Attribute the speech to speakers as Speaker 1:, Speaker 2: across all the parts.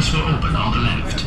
Speaker 1: on the left.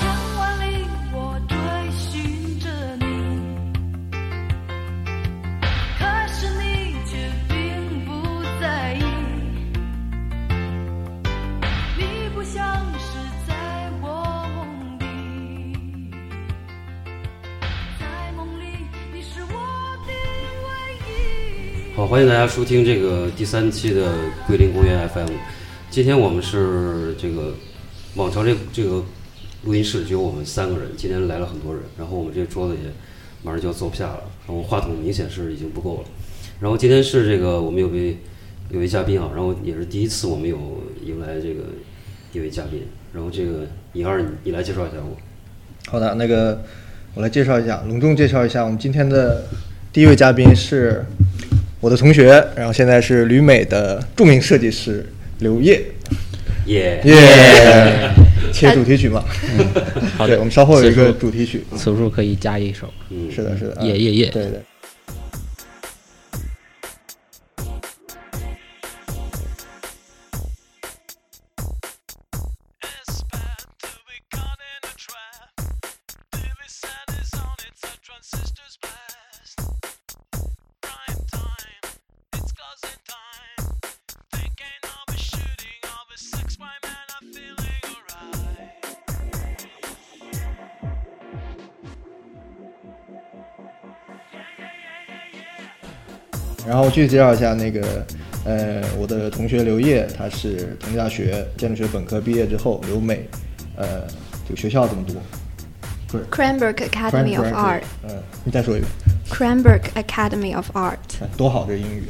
Speaker 2: 长万里，我追寻着你，可是你却并不在意，你不像是在我梦里，在梦里你是我的唯一。
Speaker 3: 好，欢迎大家收听这个第三期的桂林公园 FM。今天我们是这个往常这个、这个录音室只有我们三个人，今天来了很多人，然后我们这个桌子也马上就要坐不下了，然后话筒明显是已经不够了。然后今天是这个我们有位有位嘉宾啊，然后也是第一次我们有迎来这个一位嘉宾，然后这个尹二你你来介绍一下我。
Speaker 4: 好的，那个我来介绍一下，隆重介绍一下我们今天的第一位嘉宾是我的同学，然后现在是旅美的著名设计师刘 烨，
Speaker 3: 耶、
Speaker 4: 耶、切主题曲嘛，
Speaker 5: 好
Speaker 4: 对，
Speaker 5: 的，
Speaker 4: 我们稍后有一
Speaker 5: 此
Speaker 4: 个
Speaker 5: 处
Speaker 4: 主题曲，
Speaker 5: 此处可以加一首。
Speaker 3: 嗯，
Speaker 4: 是的，是的，
Speaker 5: 耶
Speaker 4: 嗯
Speaker 5: 耶耶
Speaker 4: 对对。
Speaker 6: It's bad to be caught in a trap. Daily set is on, it's a transistor's blast. Prime time, it's closing time. Thinking of a shooting of a sex crime, and I'm feeling alright. Yeah, yeah, yeah, yeah, yeah.
Speaker 4: 然后具体介绍一下那个，呃，我的同学刘烨，他是同济大学建筑学本科毕业之后留美，呃，这个学校怎么读
Speaker 7: Cranbrook Academy of Art。
Speaker 4: 嗯，你再说一遍，
Speaker 7: Cranbrook Academy of Art。
Speaker 4: 哎多好这英语，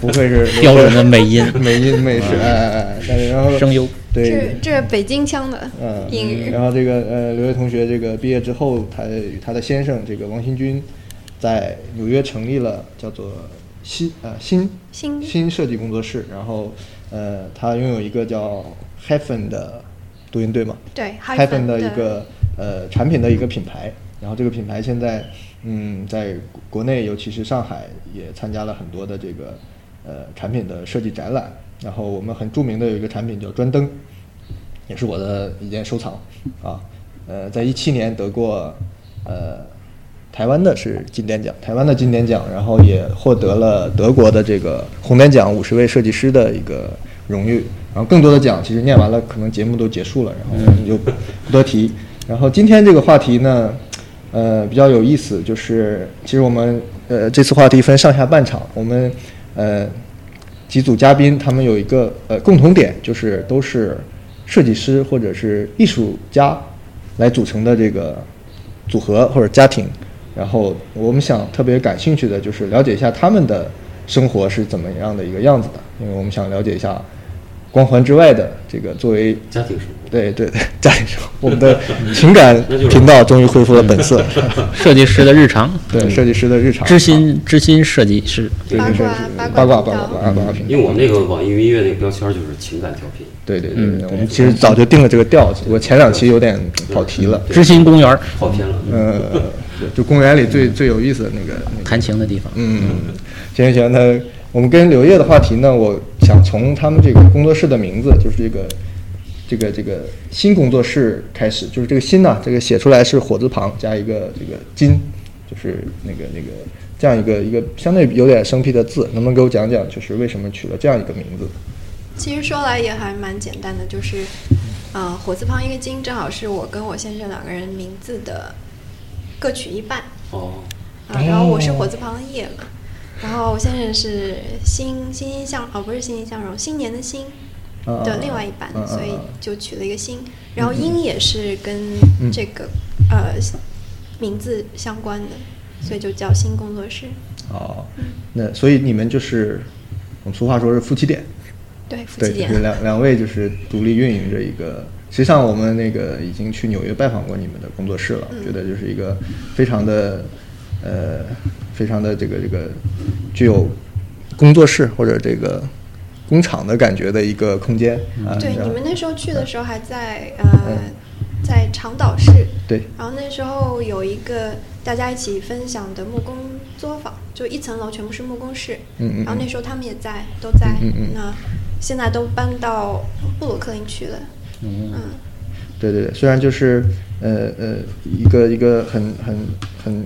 Speaker 4: 不愧是
Speaker 5: 标准的美 音，
Speaker 4: 美音美式，哎哎哎，但是然后
Speaker 5: 声优
Speaker 4: 对
Speaker 7: 这，这是北京腔的
Speaker 4: 嗯，
Speaker 7: 英语。
Speaker 4: 然后这个呃，刘烨同学这个毕业之后，他与他的先生这个王新军，在纽约成立了叫做新呃新
Speaker 7: 新
Speaker 4: 新设计工作室，然后呃，他拥有一个叫 Heaven 的读音对吗？
Speaker 7: 对
Speaker 4: Heaven
Speaker 7: ，Hyphen，
Speaker 4: 的
Speaker 7: 对
Speaker 4: 一个呃产品的一个品牌，然后这个品牌现在嗯在国国内，尤其是上海也参加了很多的这个呃产品的设计展览，然后我们很著名的有一个产品叫专登，也是我的一件收藏啊，呃，在一七年得过呃台湾的是金典奖，台湾的金典奖，然后也获得了德国的这个红点奖五十位设计师的一个荣誉。然后更多的奖其实念完了，可能节目都结束了，然后我们就不多提。然后今天这个话题呢，呃，比较有意思，就是其实我们呃这次话题分上下半场，我们呃几组嘉宾他们有一个呃共同点，就是都是设计师或者是艺术家来组成的这个组合或者家庭。然后我们想特别感兴趣的就是了解一下他们的生活是怎么样的一个样子的，因为我们想了解一下光环之外的这个作为
Speaker 3: 家庭生活。
Speaker 4: 对对对家庭生活，我们的 情感频道终于恢复了本色，
Speaker 5: 设计师的日常，
Speaker 4: 对设计师的日常
Speaker 5: 知心知心设计师，
Speaker 4: 对对对
Speaker 7: 八卦
Speaker 4: 八卦嗯八卦八
Speaker 7: 八卦
Speaker 4: 卦八卦频道
Speaker 3: 因为我们那个网易云音乐那个标签就是情感调频，
Speaker 4: 对对对，嗯对，我们其实早就定了这个调子，我前两期有点跑题了。
Speaker 5: 知心公园儿，
Speaker 3: 跑偏了。
Speaker 4: 呃，对就公园里最最有意思的那个，那个
Speaker 5: 弹琴的地方。
Speaker 4: 嗯，行行行，那我们跟刘烨的话题呢，我想从他们这个工作室的名字，就是这个这个这个新工作室开始，就是这个新呢、这个写出来是火字旁加一个这个金，就是那个那个这样一个一个相对有点生僻的字，能不能给我讲讲，就是为什么取了这样一个名字？
Speaker 7: 其实说来也还蛮简单的，就是，呃，火字旁一个金，正好是我跟我先生两个人名字的各取一半
Speaker 3: 哦，
Speaker 7: 啊。然后我
Speaker 4: 哦
Speaker 7: 是火字旁的叶嘛，然后我先生是欣欣欣向哦，不是欣欣向荣，新年的新
Speaker 4: 嗯
Speaker 7: 的
Speaker 4: 嗯
Speaker 7: 另外一半
Speaker 4: 嗯，嗯
Speaker 7: 所以
Speaker 4: 嗯
Speaker 7: 就取了一个欣。然后英也是跟
Speaker 4: 嗯
Speaker 7: 这个呃名字相关的，所以就叫新工作室。
Speaker 4: 哦，那所以你们就是我们俗话说是夫妻店，
Speaker 7: 对，夫
Speaker 4: 对，
Speaker 7: 妻
Speaker 4: 就是
Speaker 7: 店。
Speaker 4: 两两位就是独立运营着一个。实际上，我们那个已经去纽约拜访过你们的工作室
Speaker 7: 嗯
Speaker 4: 了，觉得就是一个非常的，呃，非常的这个这个具有工作室或者这个工厂的感觉的一个空间啊。
Speaker 7: 对，
Speaker 4: 然
Speaker 7: 你
Speaker 4: 后嗯
Speaker 7: 们那时候去的时候还在呃，在长岛市。
Speaker 4: 对
Speaker 7: 然后那时候有一个大家一起分享的木工作坊，就一层楼全部是木工室。
Speaker 4: 嗯嗯嗯
Speaker 7: 然后那时候他们也在，都在。
Speaker 4: 嗯嗯嗯
Speaker 7: 那现在都搬到布鲁克林去了。嗯。
Speaker 4: 对对对，虽然就是呃呃一个一个很很很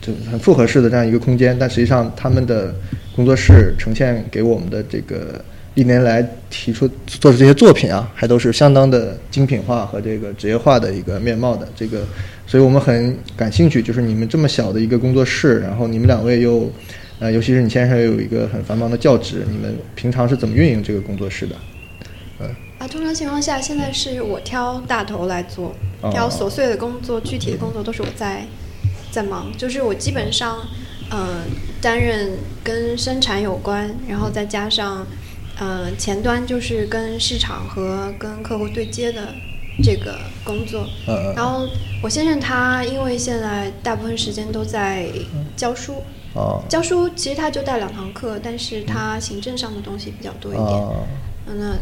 Speaker 4: 就很复合式的这样一个空间，但实际上他们的工作室呈现给我们的这个历年来提出做的这些作品啊，还都是相当的精品化和这个职业化的一个面貌的这个，所以我们很感兴趣，就是你们这么小的一个工作室，然后你们两位又。呃，尤其是你先生有一个很繁忙的教职，你们平常是怎么运营这个工作室的？
Speaker 7: 啊，通常情况下，现在是我挑大头来做，
Speaker 4: 哦
Speaker 7: 然后琐碎的工作、具体的工作都是我在在忙。就是我基本上，呃，担任跟生产有关，然后再加上，呃，前端就是跟市场和跟客户对接的这个工作。
Speaker 4: 嗯嗯嗯
Speaker 7: 然后我先生他因为现在大部分时间都在教书。
Speaker 4: 哦，
Speaker 7: 教书其实他就带两堂课，但是他行政上的东西比较多一点。
Speaker 4: 哦
Speaker 7: 嗯，那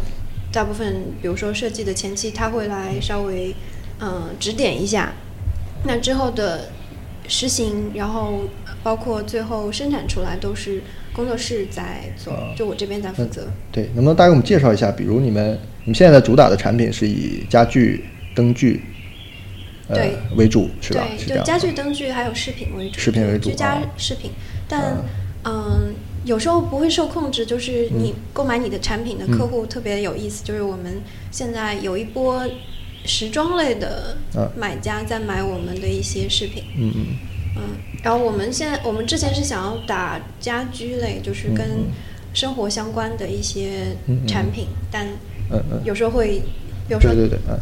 Speaker 7: 大部分，比如说设计的前期，他会来稍微嗯、呃指点一下。那之后的实行，然后包括最后生产出来，都是工作室在做，
Speaker 4: 啊
Speaker 7: 就我这边在负责。
Speaker 4: 对，能不能大概给我们介绍一下？比如你们你们现在的主打的产品是以家具、灯具，呃
Speaker 7: 对
Speaker 4: 为主是吧？是这
Speaker 7: 对，就
Speaker 4: 样啊
Speaker 7: 家具、
Speaker 4: 吗
Speaker 7: 灯具还有饰品为主，
Speaker 4: 饰品为主
Speaker 7: 居家
Speaker 4: 哦
Speaker 7: 饰品。但嗯，有时候不会受控制，就是
Speaker 4: 嗯
Speaker 7: 你购买你的产品的客户特别有意思，就是我们现在有一波时装类的
Speaker 4: 嗯
Speaker 7: 买家在买我们的一些饰品。
Speaker 4: 嗯嗯
Speaker 7: 嗯，然后我们现在我们之前是想要打家居类，就是
Speaker 4: 嗯
Speaker 7: 跟生活相关的一些产品，但
Speaker 4: 嗯嗯，
Speaker 7: 有时候会，比如说
Speaker 4: 对对对，嗯。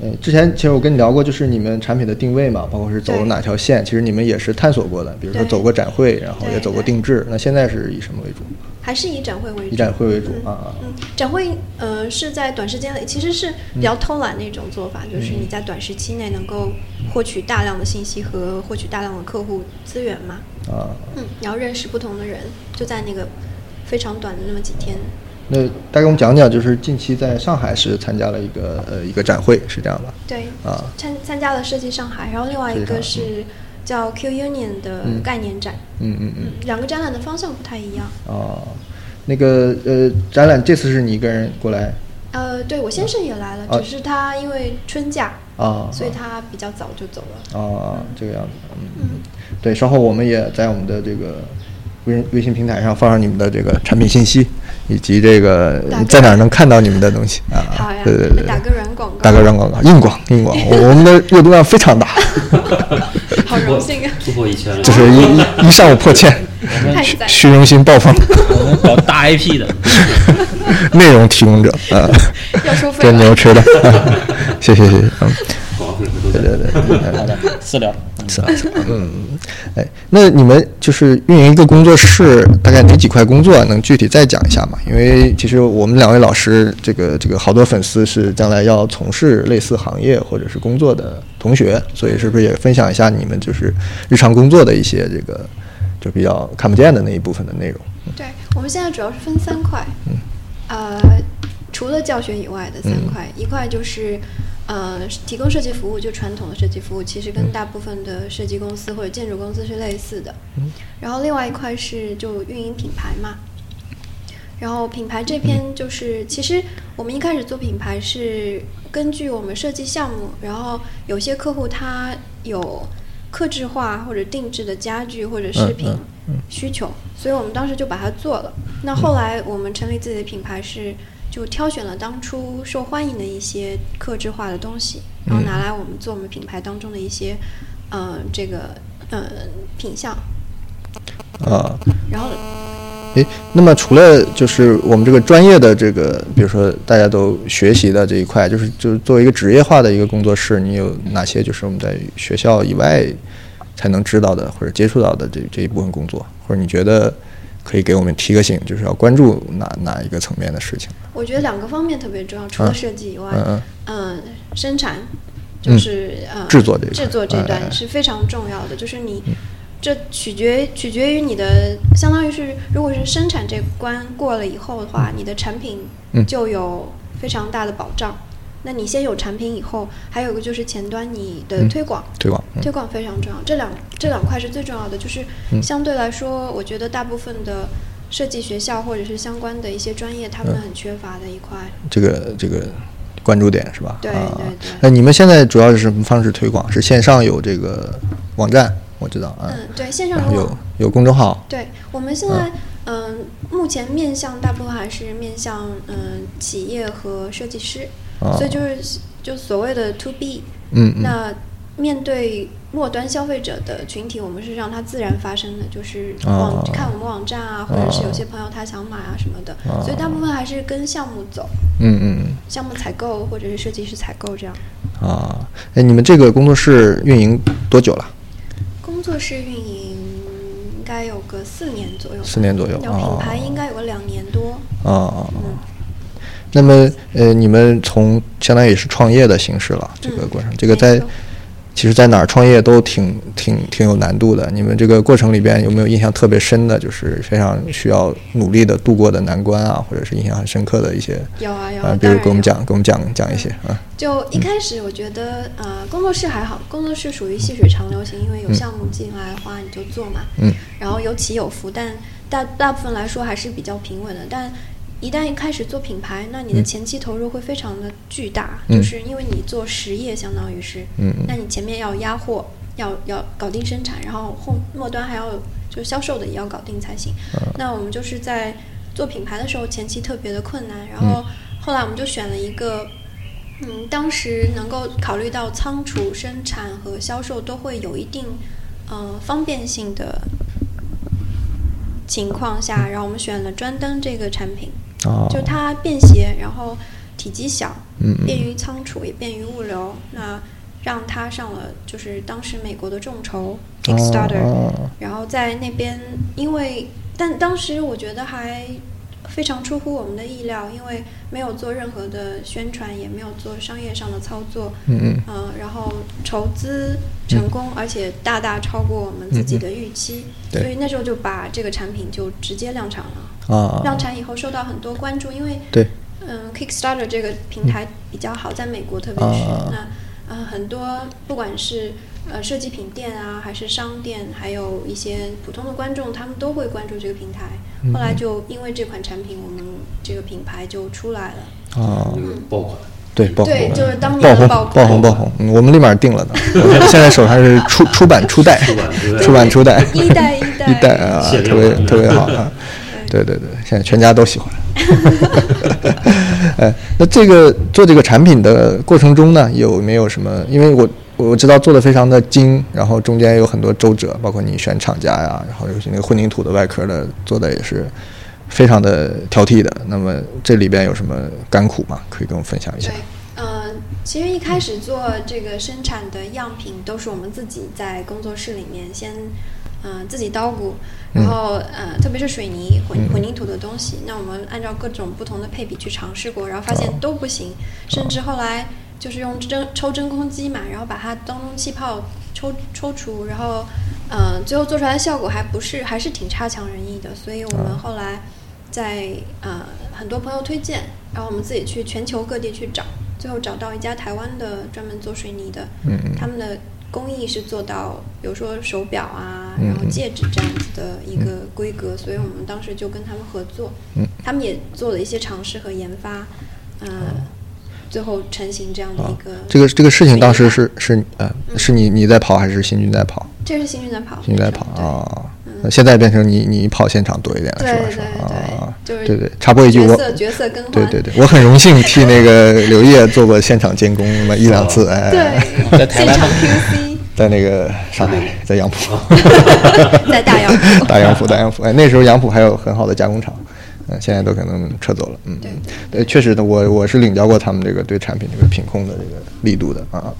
Speaker 4: 呃，之前其实我跟你聊过，就是你们产品的定位嘛，包括是走了
Speaker 7: 对
Speaker 4: 哪条线，其实你们也是探索过的，比如说
Speaker 7: 对
Speaker 4: 走过展会，然后也
Speaker 7: 对
Speaker 4: 走过
Speaker 7: 对
Speaker 4: 定制。那现在是以什么为主？
Speaker 7: 还是以展会为主，
Speaker 4: 以展会为主
Speaker 7: 嗯
Speaker 4: 啊啊
Speaker 7: 嗯，展会呃是在短时间内，其实是比较偷懒的一种做法，
Speaker 4: 嗯
Speaker 7: 就是你在短时期内能够获取大量的信息和获取大量的客户资源嘛。
Speaker 4: 啊，
Speaker 7: 嗯，然后认识不同的人，就在那个非常短的那么几天。
Speaker 4: 那大概给我们讲讲，就是近期在上海是参加了一个呃一个展会，是这样吧？
Speaker 7: 对，
Speaker 4: 啊
Speaker 7: 参参加了设计上海，然后另外一
Speaker 4: 设
Speaker 7: 个
Speaker 4: 计上海
Speaker 7: 是叫 Q Union 的概念展。
Speaker 4: 嗯嗯嗯。
Speaker 7: 嗯，两个展览的方向不太一样。
Speaker 4: 哦，那个呃，展览这次是你一个人过来
Speaker 7: 呃，对我先生也来了，
Speaker 4: 啊
Speaker 7: 只是他因为春假，
Speaker 4: 啊？
Speaker 7: 所以他比较早就走了。
Speaker 4: 哦，这个样子，嗯，嗯对，稍后我们也在我们的这个微微信平台上放上你们的这个产品信息，以及这个
Speaker 7: 打个
Speaker 4: 在哪儿能看到你们的东西啊？
Speaker 7: 好呀，
Speaker 4: 对对对，
Speaker 7: 打个软广告，
Speaker 4: 打个软广告，硬广硬广，我我们的阅读量非常大，
Speaker 7: 好荣幸啊！
Speaker 3: 突破一千了，
Speaker 4: 就是一一一上午破千，
Speaker 7: 太
Speaker 4: 虚
Speaker 7: 赞了，
Speaker 4: 虚荣心爆棚，
Speaker 5: 我 们搞嗯大 IP 的，
Speaker 4: 内容提供者啊，
Speaker 7: 要收 费
Speaker 4: 真
Speaker 7: 了。
Speaker 4: 牛吃的，啊谢谢谢谢，嗯，
Speaker 3: 广告费都在
Speaker 4: 对对对。嗯
Speaker 5: 好的，私聊。
Speaker 4: 是啊，是啊嗯，哎，那你们就是运营一个工作室，大概哪几块工作啊能具体再讲一下吗？因为其实我们两位老师，这个这个好多粉丝是将来要从事类似行业或者是工作的同学，所以是不是也分享一下你们就是日常工作的一些这个就比较看不见的那一部分的内容？
Speaker 7: 对，我们现在主要是分三块，呃，除了教学以外的三块，一块就是呃提供设计服务，就传统的设计服务，其实跟大部分的设计公司或者建筑公司是类似的。然后另外一块是就运营品牌嘛，然后品牌这边就是，其实我们一开始做品牌是根据我们设计项目，然后有些客户他有客制化或者定制的家具或者饰品
Speaker 4: 嗯
Speaker 7: 需求，所以我们当时就把它做了。那后来我们成立自己的品牌是就挑选了当初受欢迎的一些克制化的东西，然后拿
Speaker 4: 嗯
Speaker 7: 来我们做我们品牌当中的一些，呃，这个呃品相，
Speaker 4: 啊，
Speaker 7: 然后
Speaker 4: 诶，那么除了就是我们这个专业的这个，比如说大家都学习的这一块，就是就是作为一个职业化的一个工作室，你有哪些就是我们在学校以外才能知道的或者接触到的这这一部分工作，或者你觉得可以给我们提个醒，就是要关注哪哪一个层面的事情？
Speaker 7: 我觉得两个方面特别重要，除了
Speaker 4: 嗯
Speaker 7: 设计以外，
Speaker 4: 嗯嗯，
Speaker 7: 嗯，生产就是、呃
Speaker 4: 制作这一块
Speaker 7: 制作这一
Speaker 4: 哎哎哎
Speaker 7: 段是非常重要的，就是你这取决取决于你的，相当于是如果是生产这关过了以后的话，你的产品
Speaker 4: 嗯
Speaker 7: 就有非常大的保障。那你先有产品以后，还有一个就是前端你的
Speaker 4: 嗯
Speaker 7: 推广，
Speaker 4: 推广，嗯嗯
Speaker 7: 推广非常重要，这两这两块是最重要的，就是相对来说，我觉得大部分的设计学校或者是相关的一些专业，他们很缺乏的一块。
Speaker 4: 这个这个关注点是吧？
Speaker 7: 对
Speaker 4: 啊
Speaker 7: 对对
Speaker 4: 那你们现在主要是什么方式推广？是线上有这个网站，我知道啊，
Speaker 7: 嗯，对，线上
Speaker 4: 然后
Speaker 7: 如果
Speaker 4: 有有公众号，
Speaker 7: 对，我们现在嗯、目前面向大部分还是面向嗯、企业和设计师，
Speaker 4: 啊
Speaker 7: 所以就是就所谓的 to B、
Speaker 4: 嗯嗯。
Speaker 7: 那面对末端消费者的群体，我们是让它自然发生的，就是网、
Speaker 4: 啊
Speaker 7: 看我们网站啊，或者是有些朋友他想买啊什么的，
Speaker 4: 啊
Speaker 7: 所以大部分还是跟项目走，
Speaker 4: 嗯嗯
Speaker 7: 项目采购或者是设计师采购这样。
Speaker 4: 嗯啊，哎，你们这个工作室运营多久了？
Speaker 7: 工作室运营应该有个四年左右吧，
Speaker 4: 四年左右
Speaker 7: 然后
Speaker 4: 啊
Speaker 7: 品牌应该有个两年多。
Speaker 4: 啊，
Speaker 7: 嗯
Speaker 4: 那么呃，你们从相当于也是创业的形式了，这
Speaker 7: 嗯
Speaker 4: 个过程，这个
Speaker 7: 没
Speaker 4: 在
Speaker 7: 错
Speaker 4: 其实，在哪儿创业都挺挺挺有难度的。你们这个过程里边有没有印象特别深的，就是非常需要努力的度过的难关啊，或者是印象很深刻的一些？
Speaker 7: 有啊有啊
Speaker 4: 啊，比
Speaker 7: 当
Speaker 4: 如
Speaker 7: 然
Speaker 4: 给我们
Speaker 7: 有嗯
Speaker 4: 讲，给我们讲讲一些啊。
Speaker 7: 就一开始我觉得，呃，工作室还好，工作室属于细水长流型，因为有项目进来的话你就做嘛，
Speaker 4: 嗯，
Speaker 7: 然后有起有伏，但大大部分来说还是比较平稳的。但一旦一开始做品牌，那你的前期投入会非常的巨大，
Speaker 4: 嗯
Speaker 7: 就是因为你做实业，相当于是，
Speaker 4: 嗯嗯
Speaker 7: 那你前面要压货，要要搞定生产，然后后末端还要就是销售的也要搞定才行。
Speaker 4: 啊
Speaker 7: 那我们就是在做品牌的时候，前期特别的困
Speaker 4: 嗯
Speaker 7: 难，然后后来我们就选了一个。嗯，当时能够考虑到仓储、生产和销售都会有一定，呃，方便性的情况下，然后我们选了专登这个产品，
Speaker 4: 哦
Speaker 7: 就它便携，然后体积小，
Speaker 4: 嗯嗯
Speaker 7: 便于仓储，也便于物流。那让它上了就是当时美国的众筹 Kickstarter，、
Speaker 4: 哦
Speaker 7: 然后在那边，因为但当时我觉得还非常出乎我们的意料，因为没有做任何的宣传，也没有做商业上的操作，
Speaker 4: 嗯嗯
Speaker 7: 嗯、然后筹资成功，而且大大超过我们自己的预期，
Speaker 4: 嗯对
Speaker 7: 所以那时候就把这个产品就直接量产了。
Speaker 4: 啊，
Speaker 7: 量产以后受到很多关注，因为
Speaker 4: 对，
Speaker 7: 嗯，Kickstarter 这个平台比较好，在美国特别是、
Speaker 4: 啊
Speaker 7: 那呃很多不管是呃设计品店啊，还是商店，还有一些普通的观众，他们都会关注这个平台。
Speaker 4: 嗯
Speaker 7: 后来就因为这款产品，我们这个品牌就出来了。
Speaker 4: 啊
Speaker 3: 那，个爆款。
Speaker 4: 对，爆红
Speaker 7: 对，就是当
Speaker 4: 爆
Speaker 7: 年的
Speaker 4: 红，
Speaker 7: 爆
Speaker 4: 爆
Speaker 7: 款。
Speaker 4: 红，爆红！嗯我们立马定 了的。我们现在手上是出出版初代
Speaker 3: 出版初，代
Speaker 4: 出版初代，
Speaker 7: 一代一代
Speaker 4: 一代啊，
Speaker 3: 限
Speaker 4: 特
Speaker 3: 量
Speaker 4: 别
Speaker 3: 版
Speaker 4: 特别好啊！对对对，现在全家都喜欢。 哎，那这个做这个产品的过程中呢，有没有什么？因为我我知道做的非常的精，然后中间有很多周折，包括你选厂家呀、然后尤其那个混凝土的外壳的做的也是非常的挑剔的。那么这里边有什么甘苦吗？可以跟我分享一下
Speaker 7: 对。，嗯，其实一开始做这个生产的样品都是我们自己在工作室里面先，嗯、自己捣鼓，
Speaker 4: 嗯
Speaker 7: 然后呃，特别是水泥、混混凝土的东西，那我们按照各种不同的配比去尝试过，然后发
Speaker 4: 哦
Speaker 7: 现都不行，甚至后来就是用真抽真空机嘛，然后把它当中气泡抽抽除，然后嗯、呃最后做出来的效果还不是还是挺差强人意的，所以我
Speaker 4: 哦
Speaker 7: 们后来。在呃很多朋友推荐，然后我们自己去全球各地去找，最后找到一家台湾的专门做水泥的，
Speaker 4: 嗯嗯
Speaker 7: 他们的工艺是做到，比如说手表啊，
Speaker 4: 嗯
Speaker 7: 然后戒指这样子的一个规格，所以我们当时就跟他们合作，
Speaker 4: 嗯
Speaker 7: 他们也做了一些尝试和研发，呃，最后成型这样的
Speaker 4: 啊
Speaker 7: 一个。，
Speaker 4: 这个这个事情当时是
Speaker 7: 水泥吧
Speaker 4: 是呃是你你在跑还是新军在跑？
Speaker 7: 这是幸运在跑，
Speaker 4: 新军在
Speaker 7: 那时
Speaker 4: 跑
Speaker 7: 候对
Speaker 4: 啊，那现在变成你你跑现场多一点了是吧？
Speaker 7: 对
Speaker 4: 是
Speaker 7: 对
Speaker 4: 吧？啊，
Speaker 7: 就是
Speaker 4: 对对，插播一句，
Speaker 7: 角
Speaker 4: 我
Speaker 7: 色角色更换，
Speaker 4: 对对对，我很荣幸替那个刘烨做过现场监工那么一两次，哎，
Speaker 7: 哦对，
Speaker 5: 在台
Speaker 7: 现
Speaker 5: 湾
Speaker 7: 场 QC，
Speaker 4: 在那个上海，在杨浦，
Speaker 7: 在 大洋 路
Speaker 4: 大杨浦，大杨浦，哎，那时候杨浦还有很好的加工厂，嗯，现在都可能撤走了，嗯，
Speaker 7: 对
Speaker 4: 对，确实的，我我是领教过他们这个对产品这个品控的这个力度的啊，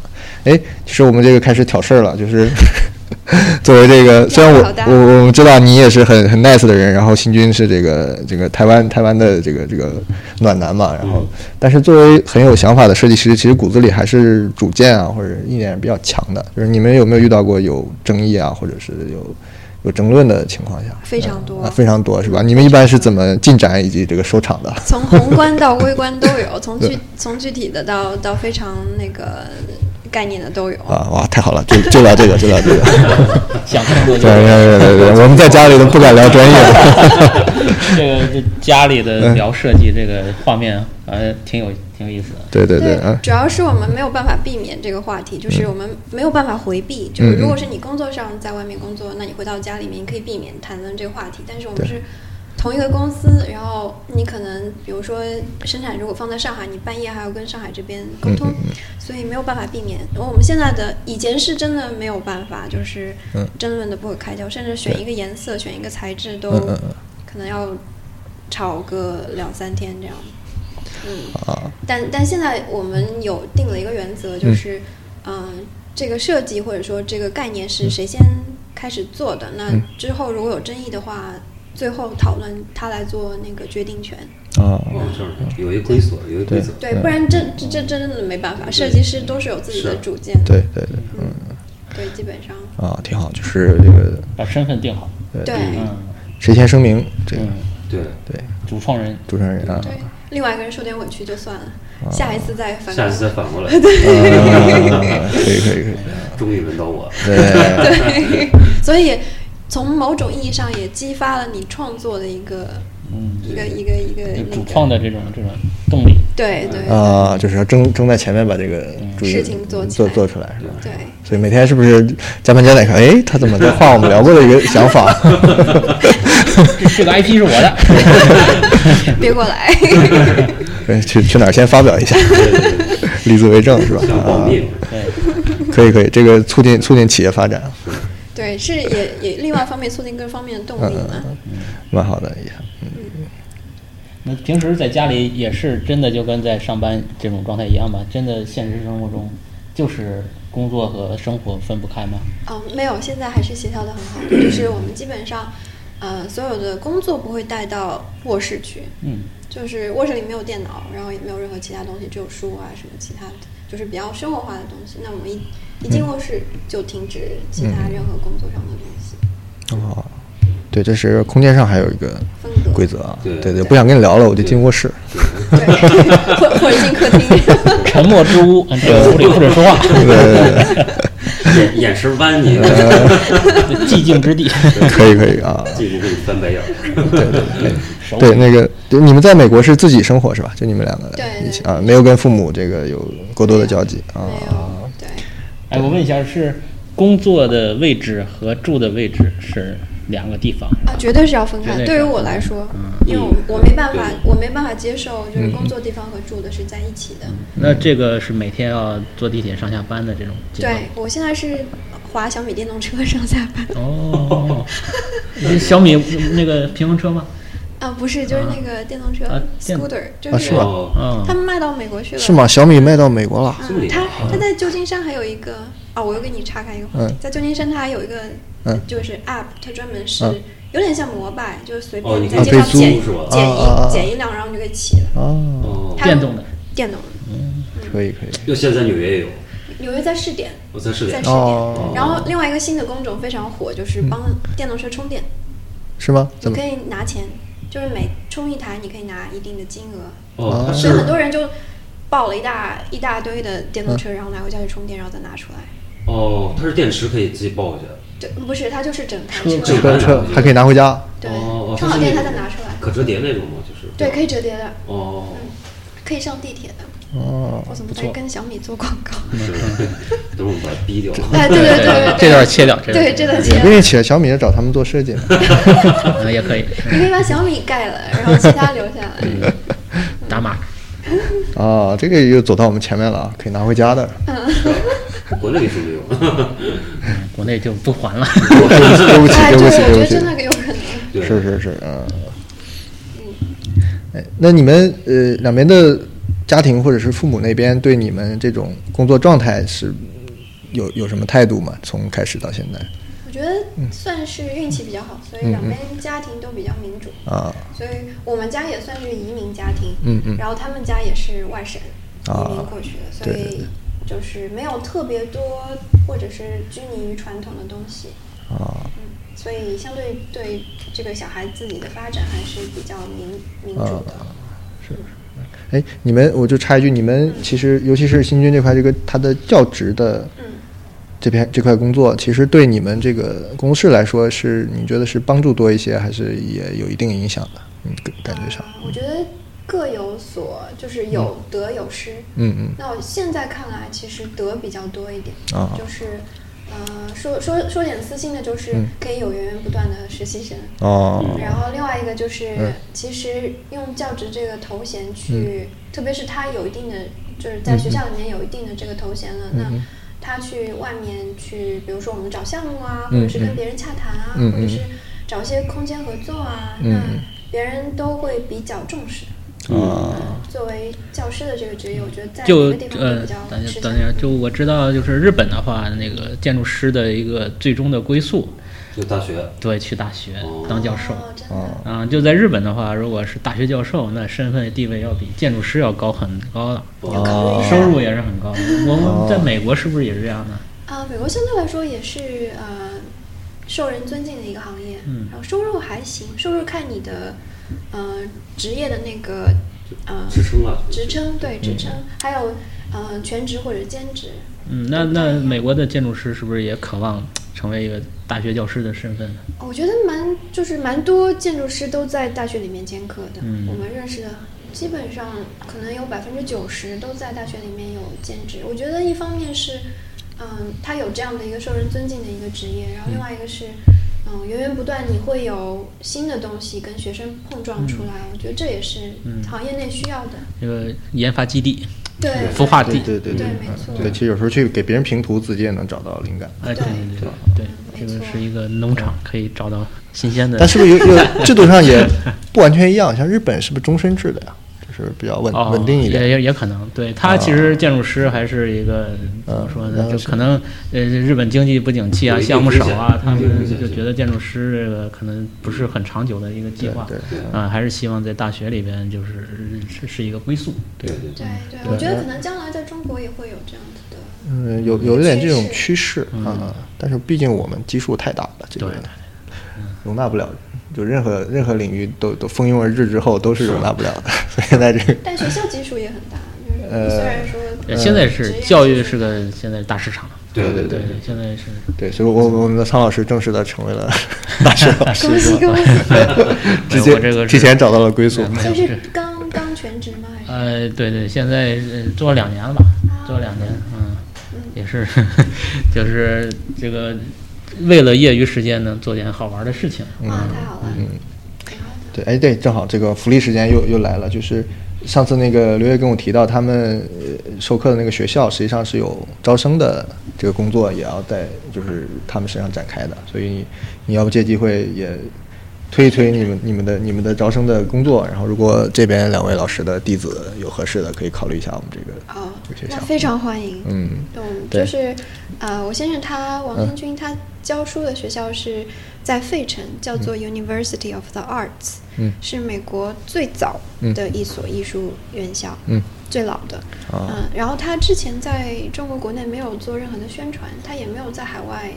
Speaker 4: 哎，其实我们这个开始挑事儿了，就是 作为这个，虽然
Speaker 7: 好
Speaker 4: 我
Speaker 7: 的
Speaker 4: 我我们知道你也是很很 nice 的人，然后新军是这个这个台湾台湾的这个这个暖男嘛，然后但是作为很有想法的设计师，其实骨子里还是主见啊或者意见比较强的，就是你们有没有遇到过有争议啊，或者是有有争论的情况下？
Speaker 7: 非常多
Speaker 4: 啊，非常多是吧？你们一般是怎么进展以及这个收场的？
Speaker 7: 从宏观到微观都有，从具从具体的到到非常那个概念的都有。
Speaker 4: 啊，哇，太好了，就就聊这个，就聊这个。
Speaker 5: 想太
Speaker 4: 对
Speaker 5: 多就
Speaker 4: 对对对对，我们在家里都不敢聊专业的。
Speaker 5: 这个这家里的聊设计这个画面，反
Speaker 4: 嗯
Speaker 5: 正挺有挺有意思的。
Speaker 4: 对对对啊，嗯
Speaker 7: 主要是我们没有办法避免这个话题，就是我们没有办法回避。就是如果是你工作上在外面工作，那你回到家里面，你可以避免谈论这个话题。但是我们
Speaker 4: 对
Speaker 7: 是同一个公司，然后你可能比如说生产如果放在上海，你半夜还要跟上海这边沟
Speaker 4: 嗯
Speaker 7: 通，所以没有办法避免。然后我们现在的以前是真的没有办法，就是
Speaker 4: 嗯
Speaker 7: 争论的不可开交，甚至选一个颜色、选一个材质都
Speaker 4: 嗯嗯嗯
Speaker 7: 可能要吵个两三天这样。嗯，
Speaker 4: 啊，
Speaker 7: 但但现在我们有定了一个原则，就是，嗯、这个设计或者说这个概念是谁先开始做的，那之后如果有争议的话，最后讨论他来做那个决定权。
Speaker 4: 啊，
Speaker 3: 没事儿，有一个规则，有一个规则。
Speaker 7: 对，不然这这这真的没办法，设计师都是有自己的
Speaker 3: 是
Speaker 7: 主见的。
Speaker 4: 对对对，嗯
Speaker 7: 对，基本上
Speaker 4: 啊，挺好，就是这个
Speaker 5: 把身份定好。
Speaker 7: 对
Speaker 5: 嗯
Speaker 4: 谁先声明这个
Speaker 5: 嗯，
Speaker 3: 对，
Speaker 4: 对
Speaker 5: 主创人
Speaker 4: 主持人啊，
Speaker 7: 对，另外一个人受点委屈就算了，下一次再反
Speaker 3: 下
Speaker 7: 过
Speaker 3: 次
Speaker 7: 来。
Speaker 3: 再反过来，
Speaker 4: 啊可以可以可以，
Speaker 3: 终于轮到我了。
Speaker 4: 对
Speaker 7: 对， 所以从某种意义上也激发了你创作的一个
Speaker 5: 嗯，
Speaker 7: 一个一个一个
Speaker 5: 就
Speaker 7: 那
Speaker 5: 主
Speaker 7: 个
Speaker 5: 创的这种这种动力。
Speaker 7: 对对
Speaker 4: 啊，就是要争争在前面把这个主意
Speaker 7: 事情做起
Speaker 4: 做
Speaker 7: 来
Speaker 4: 做出来是吧？
Speaker 7: 对。
Speaker 4: 所以每天是不是加班加点看？哎，他怎么在画我们聊过的一个想法？
Speaker 5: 这这个 IP 是我的，
Speaker 7: 别过来。
Speaker 4: 对去去哪儿先发表 一下，立字为证是吧？
Speaker 3: 像保
Speaker 4: 啊，
Speaker 3: 密，
Speaker 5: 对，
Speaker 4: 可以可以，这个促进促进企业发展，
Speaker 7: 对，是也也另外一方面促进各方面的动力嘛。
Speaker 4: 嗯蛮好的。也
Speaker 5: 那平时在家里也是真的就跟在上班这种状态一样吧？真的现实生活中就是工作和生活分不开吗？
Speaker 7: 哦，没有，现在还是协调的很好的，就是我们基本上，呃，所有的工作不会带到卧室去，
Speaker 5: 嗯，
Speaker 7: 就是卧室里没有电脑，然后也没有任何其他东西，只有书啊什么其他的，就是比较生活化的东西。那我们一一进卧室就停止其他任何工作上的东西。
Speaker 4: 哦，对，这是空间上还有一个
Speaker 7: 风格
Speaker 4: 规则啊。
Speaker 3: 对
Speaker 4: 对对，不想跟你聊了，我就进卧室。
Speaker 7: 对， 或或者进客 厅。
Speaker 5: 沉默之屋，嗯这个屋里不准说话，
Speaker 4: 对对对
Speaker 3: 眼眼神弯你，
Speaker 5: 寂静之地。
Speaker 4: 对，可以可以啊。
Speaker 3: 这个给你翻白眼儿。
Speaker 5: 手
Speaker 4: 对，那个对你们在美国是自己生活是吧？就你们两个
Speaker 7: 对对
Speaker 4: 一起啊，没有跟父母这个有过多的交集啊。
Speaker 7: 没有，对，
Speaker 5: 哎，我问一下，是工作的位置和住的位置是两个地方是吧
Speaker 7: 啊，？绝对是要分开
Speaker 5: 绝
Speaker 7: 的。
Speaker 5: 对
Speaker 7: 对于
Speaker 5: 是
Speaker 7: 我来说，因为我我没办法，我没办法接受，就是工作地方和住的是在一起的。
Speaker 5: 那这个是每天要坐地铁上下班的这种节奏
Speaker 7: 对我现在是滑小米电动车 上下班
Speaker 5: 哦， 你是小米那个平衡车吗？
Speaker 7: 啊，不是，就是那个电动车
Speaker 5: 啊电
Speaker 7: scooter，
Speaker 4: 啊
Speaker 7: 就是是
Speaker 4: 吗
Speaker 3: 哦，
Speaker 5: 嗯
Speaker 7: 他，们卖到美国去了。
Speaker 4: 是吗？？小米卖到美国了。
Speaker 3: 这么
Speaker 7: 嗯，
Speaker 3: 厉害
Speaker 7: 他他在旧金山还有一个啊，我又给你岔开一个话题，在旧金山它还有一个
Speaker 4: 嗯
Speaker 7: 就是 app，它专门是
Speaker 4: 嗯
Speaker 7: 有点像摩拜，就是随
Speaker 3: 哦
Speaker 7: 便
Speaker 3: 你
Speaker 7: 你
Speaker 3: 可
Speaker 7: 在
Speaker 3: 以
Speaker 7: 街上
Speaker 4: 租
Speaker 7: 捡
Speaker 3: 是吧
Speaker 7: 捡
Speaker 4: 啊啊啊
Speaker 7: 一捡一辆，然后你就可以骑了。
Speaker 4: 哦，
Speaker 3: 哦，
Speaker 7: 它
Speaker 5: 电动的，
Speaker 7: 电动
Speaker 4: 啊
Speaker 7: 的，
Speaker 4: 可以可以。
Speaker 3: 就现在纽约也有，
Speaker 7: 纽约在试点，
Speaker 3: 我在试
Speaker 7: 在
Speaker 3: 点
Speaker 7: 试。
Speaker 4: 哦
Speaker 7: 点。然后另外一个新的工种非常火，就是帮电动车充电，
Speaker 4: 是吗？怎
Speaker 7: 你
Speaker 4: 么
Speaker 7: 可？以拿钱，就是每充一台你可以拿一定的金额，
Speaker 3: 哦，它
Speaker 4: 嗯
Speaker 7: 所
Speaker 3: 是
Speaker 7: 以很多人就抱了一大一大堆的电
Speaker 4: 嗯
Speaker 7: 动车，然后拿回家去充电，然后再拿出来。
Speaker 3: 哦，它是电池可以自己抱去。
Speaker 7: 对，不是，它就是整台
Speaker 5: 车
Speaker 7: 车，
Speaker 4: 车车还可以拿回家。
Speaker 7: 对
Speaker 3: 哦哦，，
Speaker 7: 充
Speaker 3: 它
Speaker 7: 好
Speaker 3: 是
Speaker 7: 电
Speaker 3: 那
Speaker 7: 它再
Speaker 3: 种
Speaker 7: 拿出来，
Speaker 3: 可折叠那种吗？就是
Speaker 7: 对，可以折叠的，
Speaker 3: 哦，
Speaker 7: 可以上地铁的，
Speaker 4: 哦，
Speaker 7: 我怎么
Speaker 5: 不
Speaker 7: 在
Speaker 5: 错嗯
Speaker 7: 跟小米做广告？
Speaker 3: 是吧？等会儿我把它逼掉。
Speaker 7: 哎，对对对，
Speaker 5: 这段切掉，这段
Speaker 7: 对，
Speaker 5: 切掉
Speaker 7: 这段
Speaker 4: 也
Speaker 7: 钱
Speaker 4: 可以请小米找他们做设 计嘛。
Speaker 5: 嗯也可以
Speaker 7: 你可以把小米盖了，然后其他留下来。
Speaker 4: 嗯
Speaker 5: 打码。
Speaker 4: 啊，这个又走到我们前面了啊，可以拿回家的。
Speaker 7: 嗯
Speaker 3: 国内是没有，
Speaker 5: 嗯国内就不还了。
Speaker 4: 对不起，对不起
Speaker 7: 哎，，
Speaker 4: 对
Speaker 7: 对，
Speaker 4: 不
Speaker 7: 我
Speaker 4: 起，
Speaker 7: 觉
Speaker 4: 对不
Speaker 7: 得
Speaker 4: 起
Speaker 7: 真。的有可能。
Speaker 3: 对，
Speaker 4: 是是是，嗯。哎，那你们呃两边的家庭或者是父母那边对你们这种工作状态是有有什么态度吗？从开始到现在
Speaker 7: 我觉得算是运气比较好，所以两边家庭都比较民主，
Speaker 4: 嗯啊，
Speaker 7: 所以我们家也算是移民家庭，
Speaker 4: 嗯嗯
Speaker 7: 然后他们家也是外省
Speaker 4: 啊
Speaker 7: 移民过去的，所
Speaker 4: 对对
Speaker 7: 以就是没有特别多或者是拘泥于传统的东西，
Speaker 4: 啊
Speaker 7: 嗯，所以相对对这个小孩自己的发展还是比较民民
Speaker 4: 啊
Speaker 7: 主的。
Speaker 4: 是。哎，你们我就插一句，你们其实尤其是新军这块，这个他的教职的
Speaker 7: 嗯，
Speaker 4: 这边这块工作，其实对你们这个公司来说是，你觉得是帮助多一些，还是也有一定影响的？嗯，感觉上
Speaker 7: 呃，我觉得各有所，就是有得有失。
Speaker 4: 嗯嗯
Speaker 7: 那我现在看来，其实得比较多一点，
Speaker 4: 啊
Speaker 7: 就是，呃，说说说点私心的，就是
Speaker 4: 嗯
Speaker 7: 可以有源源不断的实习生。
Speaker 4: 哦
Speaker 7: 然后另外一个就是，
Speaker 4: 嗯
Speaker 7: 其实用教职这个头衔去，特别是他有一定的，就是在学校里面有一定的这个头衔了，那
Speaker 4: 嗯
Speaker 7: 他去外面去，比如说我们找项目啊，
Speaker 4: 嗯
Speaker 7: 或者是
Speaker 4: 嗯
Speaker 7: 跟别人洽谈啊，
Speaker 4: 嗯
Speaker 7: 或者
Speaker 4: 嗯
Speaker 7: 是找一些空间合作啊，
Speaker 4: 嗯
Speaker 7: 那
Speaker 4: 嗯
Speaker 7: 别人都会比较重视。
Speaker 4: 啊
Speaker 7: 作为教师的这个职业，我觉得在
Speaker 5: 就
Speaker 7: 每个地方都
Speaker 5: 呃
Speaker 7: 比较，
Speaker 5: 等一
Speaker 7: 吃
Speaker 5: 下，
Speaker 7: 香
Speaker 5: 等一下，就我知道，就是日本的话，那个建筑师的一个最终的归宿，
Speaker 3: 就大学，
Speaker 5: 对，去大学
Speaker 3: 哦
Speaker 5: 当教授。
Speaker 7: 哦，真的，
Speaker 4: 啊
Speaker 5: 啊、就在日本的话，如果是大学教授，那身份地位要比建筑师要高很高的，
Speaker 4: 哦
Speaker 7: 要考虑一下
Speaker 5: 收入也是很高的。我们在美国是不是也是这样呢？
Speaker 7: 啊，美国相对来说也是呃受人尊敬的一个行业，
Speaker 5: 嗯
Speaker 7: 然后收入还行，收入看你的呃职业的那个呃
Speaker 3: 职称啊，
Speaker 7: 职称，对职称，还有呃全职或者兼职，
Speaker 5: 嗯，那那美国的建筑师是不是也渴望成为一个大学教师的身份呢？
Speaker 7: 哦我觉得蛮就是蛮多建筑师都在大学里面兼课的，
Speaker 5: 嗯
Speaker 7: 我们认识的基本上可能有百分之九十都在大学里面有兼职。我觉得一方面是，嗯，他有这样的一个受人尊敬的一个职业，然后另外一个是，嗯，源源不断你会有新的东西跟学生碰撞出来，
Speaker 5: 嗯
Speaker 7: 我觉得这也是行业内需要的。
Speaker 5: 这个研发基地、
Speaker 7: 对，
Speaker 5: 孵化地
Speaker 4: 对，对对
Speaker 7: 对没错
Speaker 4: 对，其实有时候去给别人评图，自己也能找到灵感。
Speaker 5: 哎，对对对对，这个是一个农场，可以找到新鲜的。
Speaker 4: 但是不是有有制度上也不完全一样？像日本是不是终身制的呀？就是比较稳
Speaker 5: 哦，
Speaker 4: 稳定一
Speaker 5: 也
Speaker 4: 点。啊
Speaker 5: 也也可能。对他其实建筑师还是一个怎么说
Speaker 4: 嗯然
Speaker 5: 呢？
Speaker 4: 后
Speaker 5: 就是可能呃，日本经济不景气啊，
Speaker 3: 有一定
Speaker 5: 项目少啊，他
Speaker 3: 风险有一定
Speaker 5: 们
Speaker 3: 风险
Speaker 5: 就觉得建筑师这个可能不是很长久的一个计划
Speaker 4: 对对
Speaker 5: 啊，还是希望在大学里边就是是是一个归宿。
Speaker 3: 对对
Speaker 5: 嗯
Speaker 7: 对对，我觉得可能将来在中国也会有这样子的。
Speaker 4: 嗯，有有一点这种趋势啊，但是毕竟我们基数太大了，这个
Speaker 5: 对对
Speaker 4: 容纳不了。就任何任何领域都都蜂拥而至之后，都是容纳不了的。所以 现在这个
Speaker 7: 但学校基数也很大，就是
Speaker 4: 呃
Speaker 7: 虽然说
Speaker 5: 呃现在是
Speaker 7: 职业
Speaker 5: 教育
Speaker 7: 基数
Speaker 5: 是个现在是大市场，
Speaker 3: 对对
Speaker 5: 对，现在 是
Speaker 4: 对，所以我我们的苍老师正式的成为了 大师老师，
Speaker 7: 恭喜恭喜！
Speaker 4: 直
Speaker 5: 我这
Speaker 4: 接
Speaker 5: 个
Speaker 4: 提
Speaker 5: 是
Speaker 4: 前找到了归宿。
Speaker 7: 所以是刚刚全职吗？还是？
Speaker 5: 呃，对对，现在呃做了两年了吧，做了两年，嗯，也是， 就是这个为了业余时间呢，做点好玩的事情。
Speaker 4: 嗯
Speaker 7: 哇，啊
Speaker 5: 啊
Speaker 7: 太好了！挺好的
Speaker 4: 对，哎，对，正好这个福利时间又又来了，就是上次那个刘烨跟我提到，他们呃授课的那个学校实际上是有招生的这个工作，也要在就是他们身上展开的，所以你你要不借机会也推一推你们你们的你们的招生的工作，然后如果这边两位老师的弟子有合适的，可以考虑一下我们这个
Speaker 7: 哦
Speaker 4: 这个学，
Speaker 7: 那
Speaker 4: 校。
Speaker 7: 非常欢迎。
Speaker 4: 嗯
Speaker 7: 嗯，
Speaker 4: 对嗯
Speaker 7: 就是呃，我先生他王天军他教书的学校是在费城，叫做 University of the Arts，
Speaker 4: 嗯
Speaker 7: 是美国最早的一所艺术院校，
Speaker 4: 嗯，
Speaker 7: 最老的。
Speaker 4: 啊
Speaker 7: 嗯，然后他之前在中国国内没有做任何的宣传，他也没有在海外。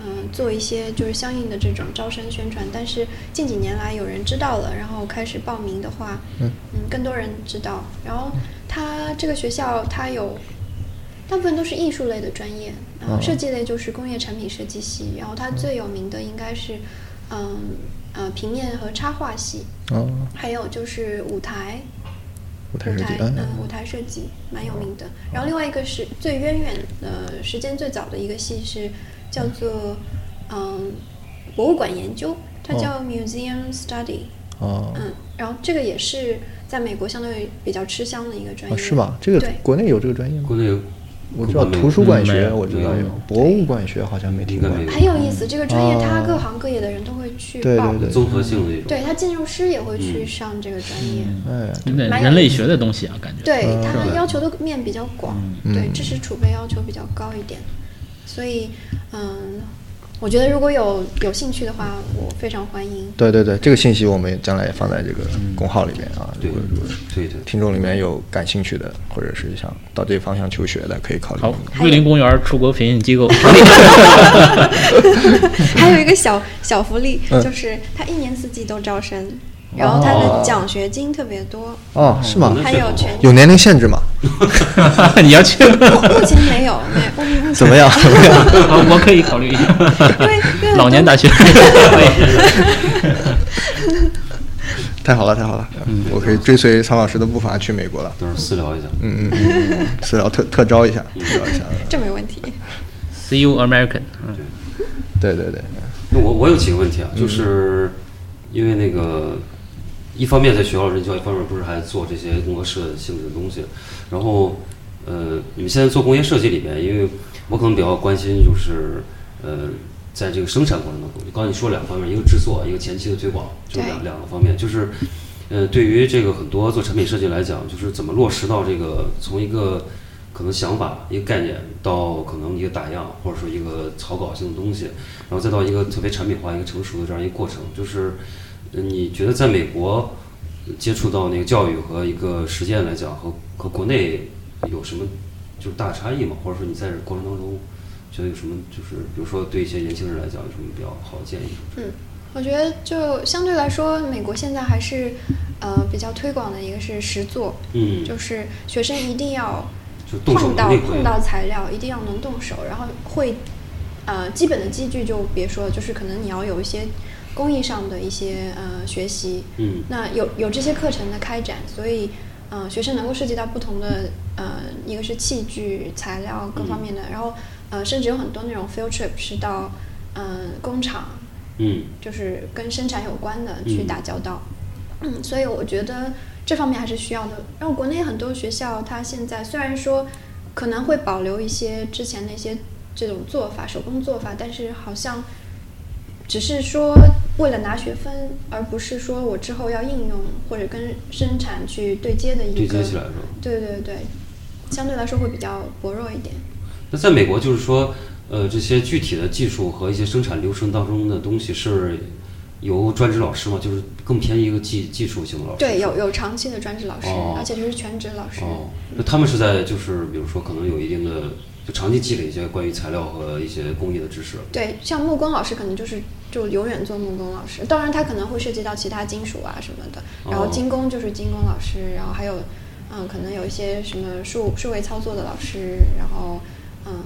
Speaker 7: 嗯，做一些就是相应的这种招生宣传，但是近几年来有人知道了，然后开始报名的话，
Speaker 4: 嗯
Speaker 7: 更多人知道。然后他这个学校，它有大部分都是艺术类的专业，然
Speaker 4: 哦
Speaker 7: 后设计类就是工业产品设计系，然后它最有名的应该是，嗯呃平面和插画系，
Speaker 4: 哦
Speaker 7: 还有就是舞台，
Speaker 4: 舞台
Speaker 7: 舞
Speaker 4: 设计
Speaker 7: 台，
Speaker 4: 嗯
Speaker 7: 嗯，舞台设计蛮有名的。然后另外一个是最渊远的时间最早的一个戏是叫做嗯博物馆研究，它
Speaker 4: 哦
Speaker 7: 叫 Museum Study，、
Speaker 4: 哦，
Speaker 7: 嗯，然后这个也是在美国相对比较吃香的一个专业，
Speaker 4: 啊是吗？这个
Speaker 7: 对，
Speaker 4: 国内有这个专业吗
Speaker 3: 国？内有
Speaker 4: 我知道
Speaker 3: 国内有
Speaker 4: 图书馆
Speaker 5: 没
Speaker 4: 学，
Speaker 5: 有
Speaker 4: 我知道
Speaker 3: 没
Speaker 4: 有
Speaker 3: 有
Speaker 4: 博物馆学，好像没听过
Speaker 3: 应。该没有
Speaker 7: 很有意思。这个专业它
Speaker 4: 哦
Speaker 7: 各行各业的人都会去
Speaker 4: 对
Speaker 7: 报，
Speaker 4: 对对
Speaker 3: 综合性的一种。
Speaker 7: 对他建筑师也会去上这个专业。
Speaker 4: 哎，
Speaker 5: 有点
Speaker 7: 蛮有
Speaker 5: 嗯人类学的东西啊，感觉。
Speaker 7: 对
Speaker 4: 嗯
Speaker 7: 他要求的面比较广，
Speaker 4: 嗯
Speaker 7: 对
Speaker 4: 嗯
Speaker 7: 知识储备要求比较高一点，所以嗯，我觉得如果有有兴趣的话，我非常 欢迎。
Speaker 4: 对对对，这个信息我们将来也放在这个公号里面啊。如
Speaker 3: 对
Speaker 4: 果如果
Speaker 3: 对对，
Speaker 4: 听众里面有感兴趣的，或者是想到这方向求学的，可以考虑
Speaker 5: 好
Speaker 4: 我们。，
Speaker 5: 桂林公园出国培训机构，
Speaker 7: 还有一个小小福利，
Speaker 4: 嗯
Speaker 7: 就是他一年四季都招生，然后他的奖学金特别多，
Speaker 4: 哦，是吗？
Speaker 7: 还有全
Speaker 4: 有年龄限制吗？
Speaker 5: 你要去吗？
Speaker 7: 目前没有，没有目 前
Speaker 4: 怎么 样？怎么样？
Speaker 5: 我我可以考虑一下。
Speaker 7: 因为因为
Speaker 5: 老年大 学，
Speaker 4: 太好了，太好了！我可以追随常老师的步伐去美国了。
Speaker 3: 到时候私聊一下。
Speaker 4: 嗯嗯嗯，私聊特特招一下，特招一下。
Speaker 7: 这没问题。
Speaker 5: See you American。嗯
Speaker 4: 对对对，
Speaker 3: 那我我有几个问题啊，就是因为那个一方面在学校任教，一方面不是还做这些工作室性质的东西，然后呃，你们现在做工业设计里面，因为我可能比较关心就是呃，在这个生产过程当中，刚才你说两方面，一个制作，一个前期的推广，就两
Speaker 7: 对
Speaker 3: 两个方面，就是。呃，对于这个很多做产品设计来讲，就是怎么落实到这个从一个可能想法、一个概念到可能一个打样，或者说一个草稿性的东西，然后再到一个特别产品化、一个成熟的这样一个过程。就是呃你觉得在美国呃接触到那个教育和一个实践来讲，和和国内有什么就是大差异吗？或者说你在这过程当中觉得有什么就是比如说对一些年轻人来讲有什么比较好的建议？
Speaker 7: 嗯，我觉得就相对来说，美国现在还是呃比较推广的一个是实作，
Speaker 3: 嗯，
Speaker 7: 就是学生一定要
Speaker 3: 就动手
Speaker 7: 碰到
Speaker 3: 能力会
Speaker 7: 碰到材料，一定要能动手，然后会呃基本的机具就别说了，就是可能你要有一些工艺上的一些呃学习，
Speaker 3: 嗯
Speaker 7: 那有有这些课程的开展，所以呃学生能够涉及到不同的呃一个是器具材料各
Speaker 3: 嗯
Speaker 7: 方面的，然后呃甚至有很多那种 field trip 是到嗯、呃工厂
Speaker 3: 嗯
Speaker 7: 就是跟生产有关的去
Speaker 3: 嗯
Speaker 7: 打交道。嗯，所以我觉得这方面还是需要的。然后国内很多学校，它现在虽然说可能会保留一些之前的一些这种做法、手工做法，但是好像只是说为了拿学分，而不是说我之后要应用或者跟生产去对接的一
Speaker 3: 对
Speaker 7: 个。
Speaker 3: 接起来是吧？
Speaker 7: 对对对，相对来说会比较薄弱一点。
Speaker 3: 那在美国，就是说，呃，这些具体的技术和一些生产流程当中的东西是由专职老师嘛，就是更偏一个技技术型的老师。
Speaker 7: 对，
Speaker 3: 是吧
Speaker 7: 有有长期的专职老师，
Speaker 3: 哦
Speaker 7: 而且就是全职老师。
Speaker 3: 哦，那他们是在就是比如说可能有一定的就长期积累一些关于材料和一些工艺的知识。
Speaker 7: 对，像木工老师可能就是就永远做木工老师，当然他可能会涉及到其他金属啊什么的。然后
Speaker 3: 哦
Speaker 7: 金工就是金工老师，然后还有嗯，可能有一些什么数数位操作的老师，然后嗯，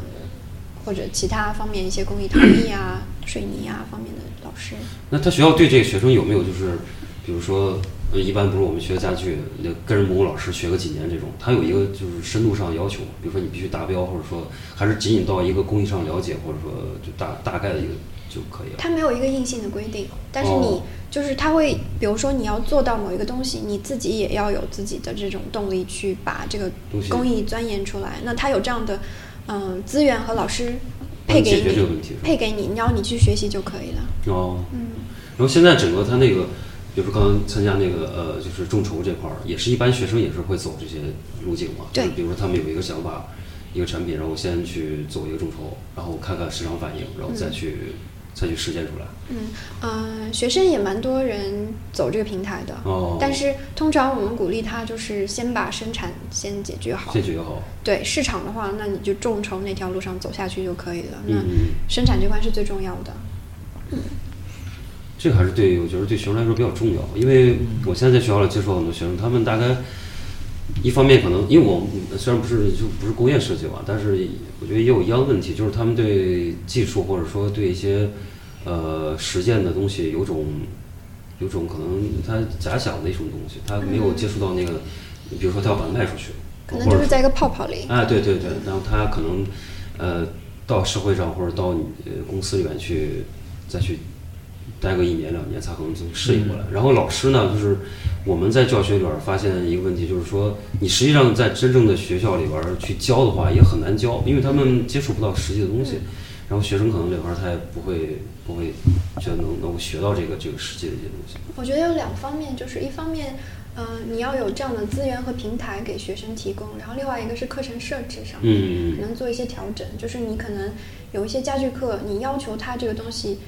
Speaker 7: 或者其他方面一些工艺陶 艺啊、水泥啊方面的老师。
Speaker 3: 那他学校对这个学生有没有就是，比如说，呃，一般不是我们学家具，那跟着木工老师学个几年这种，他有一个就是深度上的要求吗，比如说你必须达标，或者说还是仅仅到一个工艺上了解，或者说就大大概的一个就可以了。
Speaker 7: 它没有一个硬性的规定，但是
Speaker 3: 哦
Speaker 7: 你、就是它会，比如说你要做到某一个东西，你自己也要有自己的这种动力去把这个
Speaker 3: 东西
Speaker 7: 工艺钻研出来。那它有这样的嗯、资源和老师
Speaker 3: 帮
Speaker 7: 配
Speaker 3: 你
Speaker 7: 给
Speaker 3: 解决这个
Speaker 7: 你
Speaker 3: 问题是吧，
Speaker 7: 配给你，然后你去学习就可以了。
Speaker 3: 哦，
Speaker 7: 嗯
Speaker 3: 然后现在整个他那个，比如说刚刚参加那个呃，就是众筹这块儿，也是一般学生也是会走这些路径嘛。
Speaker 7: 对
Speaker 3: 就是比如说他们有一个想法，一个产品，然后先去走一个众筹，然后看看市场反应，然后再去、再去实践出来。
Speaker 7: 嗯嗯、呃学生也蛮多人走这个平台的，
Speaker 3: 哦
Speaker 7: 但是通常我们鼓励他就是先把生产先解决好
Speaker 3: 先，解决好。
Speaker 7: 对市场的话，那你就众筹那条路上走下去就可以了。
Speaker 3: 嗯嗯
Speaker 7: 那生产这块是最重要的。
Speaker 3: 这个还是对我觉得对学生来说比较重要，因为我现在在学校里接触到很多学生，他们大概一方面可能因为我们虽然不是就不是工业设计吧，但是我觉得也有一样问题，就是他们对技术或者说对一些呃实践的东西有种有种可能他假想的一种东西，他没有接触到那个你比如说他要把它卖出去，
Speaker 7: 嗯可能
Speaker 3: 或
Speaker 7: 就
Speaker 3: 者
Speaker 7: 是在一个泡泡里。
Speaker 3: 哎，对对对，然后他可能呃到社会上或者到你呃公司里面去再去待个一年两年，才可能就适应过来。然后老师呢，就是我们在教学里边儿发现一个问题，就是说你实际上在真正的学校里边儿去教的话，也很难教，因为他们接触不到实际的东西。然后学生可能这块儿他也不会不会觉得能能够学到这个这个实际的一些东西。
Speaker 7: 我觉得有两方面，就是一方面，嗯、你要有这样的资源和平台给学生提供，然后另外一个是课程设置上面，
Speaker 3: 嗯
Speaker 7: 可能做一些调整，就是你可能有一些家具课，你要求他这个东西，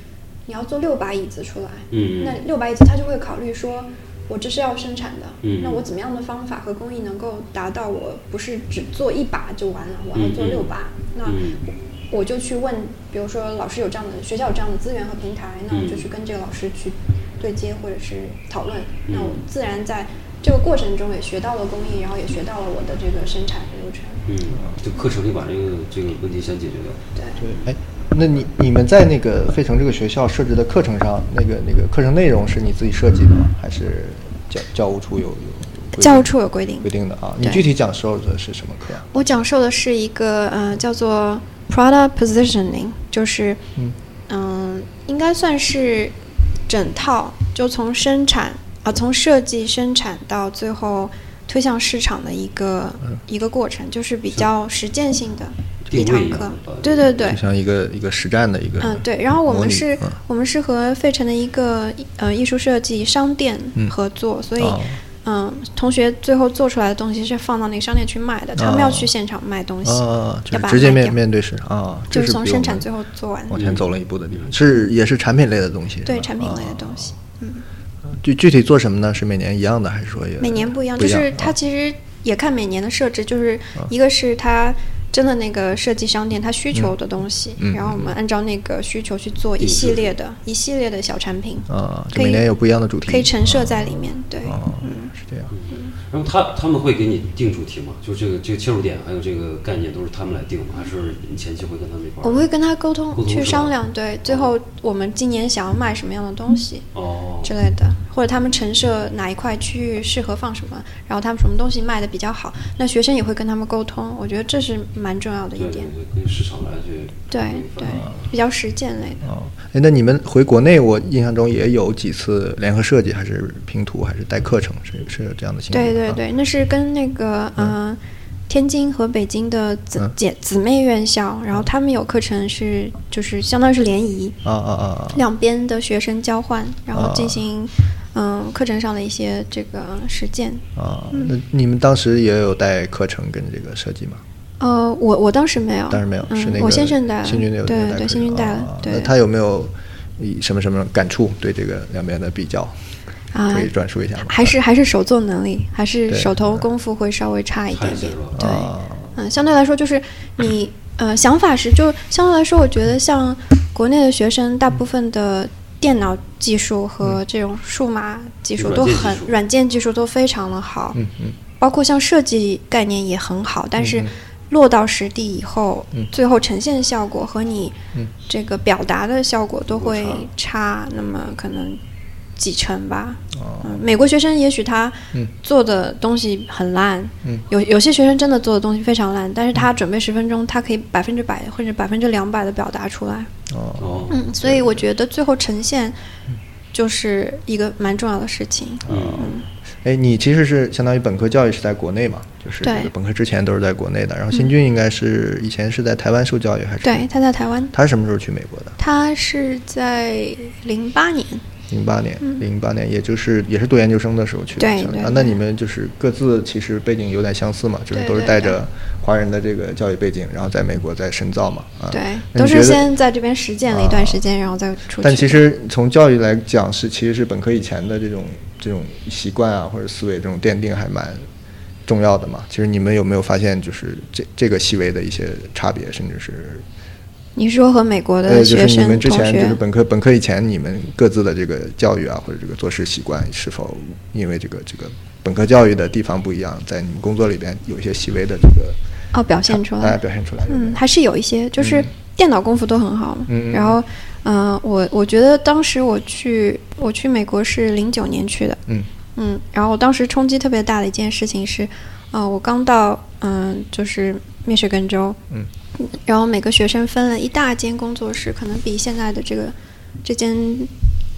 Speaker 7: 你要做六把椅子出来，
Speaker 3: 嗯
Speaker 7: 那六把椅子他就会考虑说。我这是要生产的，
Speaker 3: 嗯
Speaker 7: 那我怎么样的方法和工艺能够达到我不是只做一把就完了，我要做六把，那
Speaker 3: 嗯
Speaker 7: 我就去问，比如说老师有这样的学校有这样的资源和平台，那我就
Speaker 3: 嗯
Speaker 7: 去跟这个老师去对接或者是讨论。
Speaker 3: 嗯
Speaker 7: 那我自然在这个过程中也学到了工艺，然后也学到了我的这个生产流程。
Speaker 3: 嗯，就课程里把这个这个问题先解决掉。
Speaker 7: 对，
Speaker 4: 对，哎，那你你们在那个费城这个学校设置的课程上，那个那个课程内容是你自己设计的吗？还是教教务处有有有规定
Speaker 7: 教务处有规定
Speaker 4: 规定的啊？你
Speaker 7: 对
Speaker 4: 具体讲授的是什么课啊？
Speaker 7: 我讲授的是一个呃叫做 product positioning，就是
Speaker 4: 嗯
Speaker 7: 嗯、应该算是整套，就从生产啊、从设计生产到最后推向市场的一个、
Speaker 4: 嗯
Speaker 7: 一个过程，就是比较实践性的一
Speaker 3: 定位
Speaker 7: 堂
Speaker 3: 一样
Speaker 7: 课
Speaker 3: 的。
Speaker 7: 对对对
Speaker 4: 就，啊像一个一个实战的一个
Speaker 7: 哎嗯，对。然后我
Speaker 4: 模
Speaker 7: 们
Speaker 4: 拟
Speaker 7: 是，
Speaker 4: 嗯
Speaker 7: 我们是和费城的一个呃艺术设计商店
Speaker 4: 嗯
Speaker 7: 合作，所以、
Speaker 4: 哦
Speaker 7: 嗯，同学最后做出来的东西是放到那个商店去卖
Speaker 4: 哦
Speaker 7: 的，他们要去现场卖东西，
Speaker 4: 啊，就是
Speaker 7: 要把它
Speaker 4: 直接
Speaker 7: 卖
Speaker 4: 面
Speaker 7: 掉
Speaker 4: 面对市场啊，这
Speaker 7: 就是从
Speaker 4: 比我
Speaker 7: 生产
Speaker 4: 们
Speaker 7: 最后做完嗯
Speaker 4: 往前走了一步的地方，是也是产品类的东西，是
Speaker 7: 对
Speaker 4: 吧
Speaker 7: 产品类的东。
Speaker 4: 啊
Speaker 7: 西。嗯
Speaker 4: 具具体做什么呢？是每年一样的，还是说也
Speaker 7: 每年
Speaker 4: 不
Speaker 7: 不一样，就是它
Speaker 4: 啊
Speaker 7: 其实也看每年的设置，就是一个是它真的那个设计商店它需求的东西，
Speaker 4: 嗯嗯
Speaker 7: 然后我们按照那个需求去做一
Speaker 3: 定制
Speaker 7: 系列的一系列的小产品，
Speaker 4: 啊，就
Speaker 7: 可
Speaker 4: 每
Speaker 7: 以
Speaker 4: 年有不一样的主题，
Speaker 7: 可以陈设
Speaker 4: 啊
Speaker 7: 在里面。对，嗯
Speaker 4: 哦，是这样。
Speaker 3: 然后他他们会给你定主题吗？就是这个这个切入点还有这个概念都是他们来定吗？还是你前期会跟他们一块儿？
Speaker 7: 我会跟他沟通
Speaker 3: 沟通
Speaker 7: 去
Speaker 3: 是吧
Speaker 7: 商量，对，最后我们今年想要卖什么样的东西
Speaker 3: 哦，
Speaker 7: 之类的，或者他们陈设哪一块区域适合放什么，然后他们什么东西卖的比较好，那学生也会跟他们沟通，我觉得这是蛮重要的
Speaker 3: 对
Speaker 7: 一
Speaker 3: 对
Speaker 7: 点
Speaker 3: 对，，跟市场来去
Speaker 7: 对对
Speaker 3: 规
Speaker 4: 嗯
Speaker 3: 范，
Speaker 7: 比较实践类的。
Speaker 4: 哦，哎，那你们回国内，我印象中也有几次联合设计，还是拼图，还是带课程，是是有这样的情况。
Speaker 7: 对对
Speaker 4: 啊，
Speaker 7: 对，那是跟那个嗯、呃天津和北京的姊
Speaker 4: 嗯
Speaker 7: 姐姊妹院校，然后他们有课程是就是相当于是联谊，
Speaker 4: 啊啊啊啊！
Speaker 7: 两边的学生交换，然后
Speaker 4: 啊
Speaker 7: 进行嗯课程上的一些这个实践。
Speaker 4: 啊，
Speaker 7: 嗯
Speaker 4: 那你们当时也有带课程跟这个设计吗？
Speaker 7: 呃，我我当时没有，
Speaker 4: 当时没有，
Speaker 7: 嗯、
Speaker 4: 是那个
Speaker 7: 我先生带了，
Speaker 4: 新军有
Speaker 7: 对
Speaker 4: 带
Speaker 7: 对，
Speaker 4: 课
Speaker 7: 先生
Speaker 4: 程
Speaker 7: 带
Speaker 4: 啊
Speaker 7: 了，
Speaker 4: 啊
Speaker 7: 对。
Speaker 4: 那他有没有以什么什么感触？对这个两边的比较，
Speaker 7: 啊
Speaker 4: 可以转述一下吗？
Speaker 7: 还是还是手作能力，还是
Speaker 4: 对
Speaker 7: 手头功夫会稍微差一
Speaker 3: 差
Speaker 7: 点
Speaker 3: 一些
Speaker 7: 点
Speaker 3: 是吧，
Speaker 7: 对。
Speaker 4: 啊，
Speaker 7: 嗯，相对来说就是你呃想法是就相对来说，我觉得像国内的学生，大部分的电脑技术和这种数码技术
Speaker 3: 嗯软
Speaker 7: 都
Speaker 3: 件技
Speaker 7: 很
Speaker 3: 术
Speaker 7: 软件技术都非常的好，
Speaker 4: 嗯嗯
Speaker 7: 包括像设计概念也很好，但是
Speaker 4: 嗯嗯
Speaker 7: 落到实地以后，
Speaker 4: 嗯
Speaker 7: 最后呈现效果和你
Speaker 4: 嗯
Speaker 7: 这个表达的效果都会
Speaker 3: 落差
Speaker 7: 差那么可能几成吧。
Speaker 4: 哦
Speaker 7: 嗯，美国学生也许他
Speaker 4: 嗯
Speaker 7: 做的东西很烂，
Speaker 4: 嗯
Speaker 7: 有有些学生真的做的东西非常烂，但是他准备十分钟，他可以百分之百或者百分之两百的表达出来。
Speaker 4: 哦
Speaker 3: 哦，
Speaker 7: 嗯，所以我觉得最后呈现
Speaker 4: 嗯
Speaker 7: 就是一个蛮重要的事情。
Speaker 3: 嗯，
Speaker 4: 哎，你其实是相当于本科教育是在国内嘛，就是这
Speaker 7: 对嗯
Speaker 4: 个本科之前都是在国内的。然后新军应该是以前是在台湾受教育还是？
Speaker 7: 对，，他在台湾，
Speaker 4: 他是什么时候去美国的？
Speaker 7: 他是在零八年，
Speaker 4: 零八年，零八年，也就是也是读研究生的时候去的。
Speaker 7: 嗯对
Speaker 4: 相当于
Speaker 7: 对
Speaker 4: 啊，那
Speaker 7: 对
Speaker 4: 你们就是各自其实背景有点相似嘛，就是
Speaker 7: 对
Speaker 4: 都是
Speaker 7: 对
Speaker 4: 带
Speaker 7: 对
Speaker 4: 着华人的这个教育背景，然后在美国在深造嘛。啊，
Speaker 7: 对，
Speaker 4: 那
Speaker 7: 都
Speaker 4: 你觉
Speaker 7: 是
Speaker 4: 得啊
Speaker 7: 先在这边实践了一段时间，然后再出去。
Speaker 4: 但其实从教育来讲，是其实是本科以前的这种这种习惯啊，或者思维这种奠定还蛮重要的嘛。其实你们有没有发现，就是这这个细微的一些差别，甚至是
Speaker 7: 你是说和美国
Speaker 4: 呃，
Speaker 7: 的
Speaker 4: 就
Speaker 7: 学
Speaker 4: 是你
Speaker 7: 生、
Speaker 4: 们之
Speaker 7: 同
Speaker 4: 前
Speaker 7: 学，
Speaker 4: 就是本科本科以前你们各自的这个教育啊，或者这个做事习惯，是否因为这个这个本科教育的地方不一样，在你们工作里边有一些细微的这个
Speaker 7: 哦表现出
Speaker 4: 大
Speaker 7: 来
Speaker 4: 家，表现出来有没有
Speaker 7: 嗯，还是有一些，就是电脑功夫都很好嘛。
Speaker 4: 嗯嗯嗯嗯
Speaker 7: 然后，呃嗯、我我觉得当时我去我去美国是零九年去的，
Speaker 4: 嗯
Speaker 7: 嗯，然后我当时冲击特别大的一件事情是，呃，我刚到嗯、就是密歇根州，
Speaker 4: 嗯，
Speaker 7: 然后每个学生分了一大间工作室，可能比现在的这个这间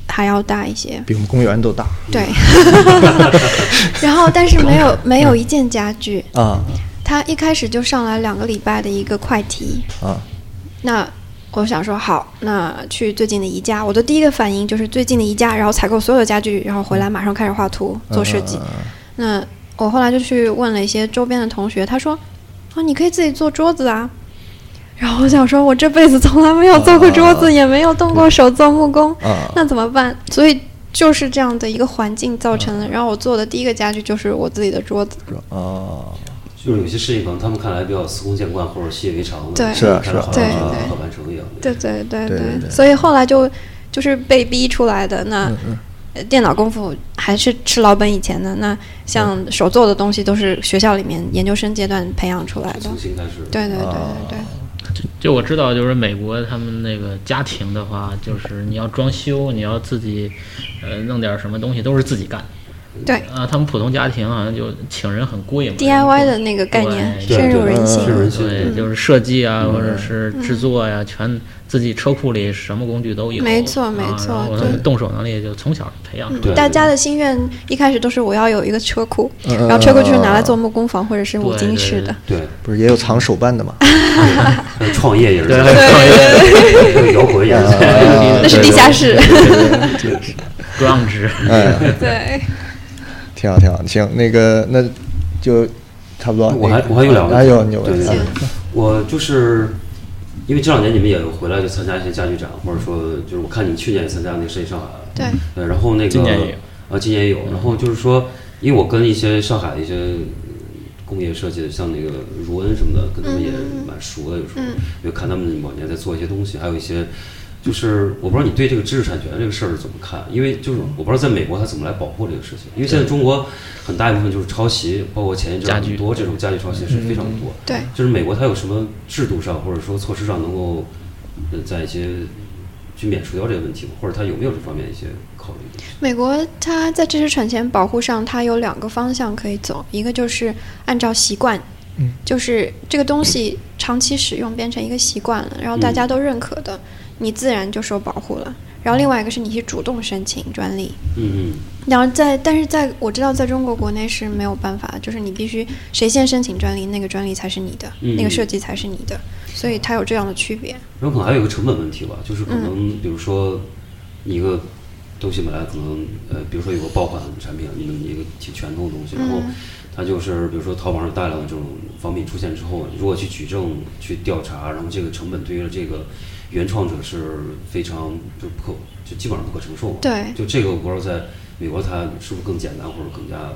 Speaker 7: 还要大一些，
Speaker 4: 比我们公园都大
Speaker 7: 对。然后但是没有没有一件家具，
Speaker 4: 啊
Speaker 7: 他一开始就上来两个礼拜的一个快题，
Speaker 4: 啊
Speaker 7: 那我想说好，那去最近的宜家。我的第一个反应就是最近的宜家，然后采购所有的家具，然后回来马上开始画图做设计。
Speaker 4: 嗯
Speaker 7: 那我后来就去问了一些周边的同学，他说：“啊，你可以自己做桌子啊。”然后我想说，我这辈子从来没有做过桌子，
Speaker 4: 啊
Speaker 7: 也没有动过手做木工，
Speaker 4: 啊
Speaker 7: 那怎么办？所以就是这样的一个环境造成的。然后我做的第一个家具就是我自己的桌子。
Speaker 4: 啊
Speaker 3: 就是有些事情可能他们看来比较司空见惯或者习以为常的，
Speaker 7: 对
Speaker 4: 是啊
Speaker 3: 看着
Speaker 4: 是啊
Speaker 3: 好像
Speaker 7: 对
Speaker 3: 觉得
Speaker 7: 对
Speaker 3: 很完成一样。
Speaker 7: 对对对
Speaker 4: 对对对
Speaker 7: 所以后来就就是被逼出来的。那、
Speaker 1: 嗯
Speaker 7: 呃电脑功夫还是吃老本以前的。那像
Speaker 1: 嗯
Speaker 7: 手做的东西都是学校里面研究生阶段培养出来的
Speaker 1: 嗯
Speaker 3: 重。新开始。
Speaker 7: 对对对
Speaker 4: 啊
Speaker 7: 对对，
Speaker 1: 就我知道，就是美国他们那个家庭的话，就是你要装修，你要自己，呃，弄点什么东西都是自己干。
Speaker 7: 对
Speaker 1: 啊，他们普通家庭好像就请人很贵嘛。
Speaker 7: DIY 的那个概念
Speaker 1: 对
Speaker 7: 深入人心
Speaker 3: 是。人性
Speaker 1: 对，就是设计啊，或者是制作呀、全自己车库里什么工具都有。
Speaker 7: 没错
Speaker 1: 啊
Speaker 7: 没
Speaker 1: 然
Speaker 7: 错
Speaker 1: 后他们
Speaker 7: 对
Speaker 1: 动手能力就从小培养出来。
Speaker 3: 对
Speaker 7: 大家的心愿一开始都是我要有一个车库，
Speaker 1: 嗯
Speaker 7: 然后车库就是拿来做木工房或者是五
Speaker 1: 对
Speaker 7: 金
Speaker 1: 对
Speaker 7: 室
Speaker 1: 对
Speaker 7: 的。
Speaker 3: 对，
Speaker 4: 不是也有藏手办的 吗？
Speaker 3: 呃创业也是这样，
Speaker 7: 对对，
Speaker 3: 对 摇滚也是这样。
Speaker 7: 那是地下室。
Speaker 1: ，grunge。
Speaker 7: 对，
Speaker 4: 挺好挺好，行，那个那就差不多。
Speaker 3: 我
Speaker 4: 那
Speaker 3: 还
Speaker 4: 个
Speaker 3: 我还有两个问
Speaker 4: 哎
Speaker 3: 题，
Speaker 4: 呦，你有问
Speaker 3: 对
Speaker 4: 题
Speaker 3: 对
Speaker 4: 啊
Speaker 3: 对，我就是因为这两年你们也有回来就参加一些家具展，或者说就是我看你去年也参加那个设计上海，
Speaker 7: 对，
Speaker 3: 呃，然后那个
Speaker 1: 今年也有
Speaker 3: 啊，今年也有，然后就是说，因为我跟一些上海的一些工业设计的，像那个如恩什么的，跟他们也蛮熟的，有时候就看他们往年在做一些东西，还有一些。就是我不知道你对这个知识产权这个事儿是怎么看，因为就是我不知道在美国他怎么来保护这个事情，因为现在中国很大一部分就是抄袭，包括前一阵儿
Speaker 1: 家
Speaker 3: 很
Speaker 1: 具
Speaker 3: 多这种家具抄袭是非常多。
Speaker 7: 对，
Speaker 3: 就是美国它有什么制度上或者说措施上能够呃在一些去免除掉这个问题吗？或者它有没有这方面一些考虑？
Speaker 7: 美国它在知识产权保护上，它有两个方向可以走，一个就是按照习惯，
Speaker 4: 嗯
Speaker 7: 就是这个东西长期使用变成一个习惯了，然后大家都认可的，你自然就受保护了。然后另外一个是你去主动申请专利，
Speaker 3: 嗯
Speaker 7: 然后在但是在我知道在中国国内是没有办法，就是你必须谁先申请专利，那个专利才是你的，
Speaker 3: 嗯
Speaker 7: 那个设计才是你的，所以它有这样的区别。
Speaker 3: 然后可能还有一个成本问题吧，就是可能比如说一个东西本来可能呃，比如说有个爆款产品，啊你们一个挺拳头的东西，然后它就是比如说淘宝上大量的这种仿品出现之后，如果去举证去调查，然后这个成本对于这个原创者是非常就不可就基本上不可承受嘛。
Speaker 7: 对
Speaker 3: 就这个我不知道在美国它是不是更简单，或者更加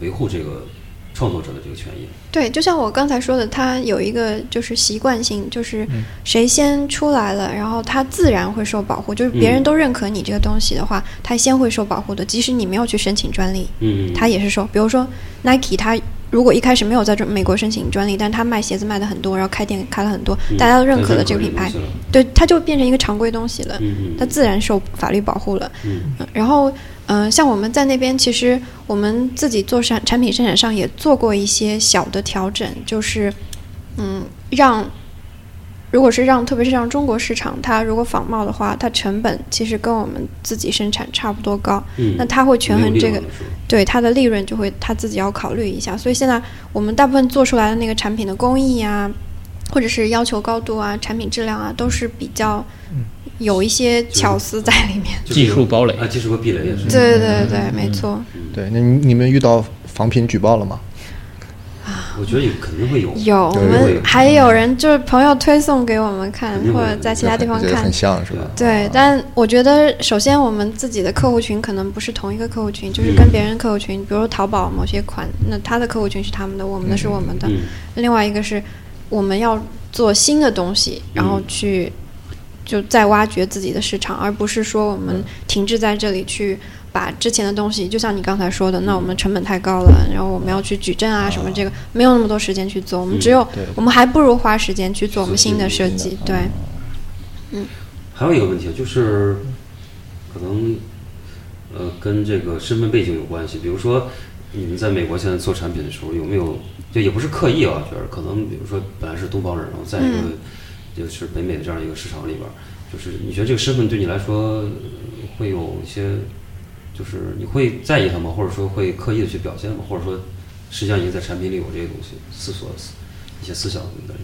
Speaker 3: 维护这个创作者的这个权益。
Speaker 7: 对，就像我刚才说的，它有一个就是习惯性，就是
Speaker 3: 嗯
Speaker 7: 谁先出来了，然后它自然会受保护。就是别人
Speaker 3: 嗯
Speaker 7: 都认可你这个东西的话，它先会受保护的，即使你没有去申请专利，
Speaker 3: 嗯，
Speaker 7: 它也是受。比如说 Nike，它如果一开始没有在中美国申请专利，但它卖鞋子卖的很多，然后开店开了很多，
Speaker 3: 嗯
Speaker 7: 大家都认
Speaker 3: 认
Speaker 7: 可了
Speaker 3: 可
Speaker 7: 这个
Speaker 3: 这
Speaker 7: 品
Speaker 3: 个东
Speaker 7: 牌
Speaker 3: 西了，
Speaker 7: 对，它就变成一个常规东西了，
Speaker 3: 嗯嗯
Speaker 7: 它自然受法律保护了。
Speaker 3: 嗯
Speaker 7: 嗯然后，嗯、像我们在那边，其实我们自己做产产品生产上也做过一些小的调整，就是，嗯，让如果是让，特别是让中国市场，它如果仿冒的话，它成本其实跟我们自己生产差不多高，
Speaker 3: 嗯，
Speaker 7: 那它会权衡
Speaker 3: 没有利
Speaker 7: 这个
Speaker 3: 润了是吧
Speaker 7: 对它的利润就会它自己要考虑一下。所以现在我们大部分做出来的那个产品的工艺啊，或者是要求高度啊、产品质量啊，都是比较有一些巧思在里面。
Speaker 3: 就是
Speaker 1: 技术堡垒
Speaker 3: 啊，技术和壁垒也是。
Speaker 7: 对对对，没错。
Speaker 4: 对，那你你们遇到仿品举报了吗？
Speaker 3: 我觉得有肯定会有，
Speaker 7: 有，我
Speaker 4: 对
Speaker 7: 们
Speaker 3: 对
Speaker 7: 还有人就是朋友推送给我们看
Speaker 3: 肯，定
Speaker 7: 或
Speaker 3: 会
Speaker 7: 者在其他地方
Speaker 4: 这
Speaker 7: 看
Speaker 4: 很。像是吧？
Speaker 3: 啊
Speaker 7: 对，但我觉得首先我们自己的客户群可能不是同一个客户群，就是
Speaker 3: 嗯
Speaker 7: 跟别人客户群，比如说淘宝某些款，那他的客户群是他们的，我们的是我们的。
Speaker 3: 嗯
Speaker 7: 另外一个是我们要做新的东西，然后去就再挖掘自己的市场，而不是说我们停滞在这里去。把之前的东西，就像你刚才说的，那我们成本太高了，然后我们要去举证啊什么，这个没有那么多时间去做，我们只有
Speaker 4: 对
Speaker 7: 我们还不如花时间去做我们新的设
Speaker 4: 新
Speaker 7: 计
Speaker 4: 的。
Speaker 7: 对，
Speaker 3: 啊还有一个问题就是，可能呃，跟这个身份背景有关系。比如说，你们在美国现在做产品的时候，有没有就也不是刻意啊，就是可能比如说本来是东方人，然后在一个、
Speaker 7: 嗯
Speaker 3: 就是北美的这样一个市场里边儿，就是你觉得这个身份对你来说呃会有一些，就是你会在意它吗？或者说会刻意的去表现吗？或者说实际上已经在产品里有这些东西，思索一些思想什么的。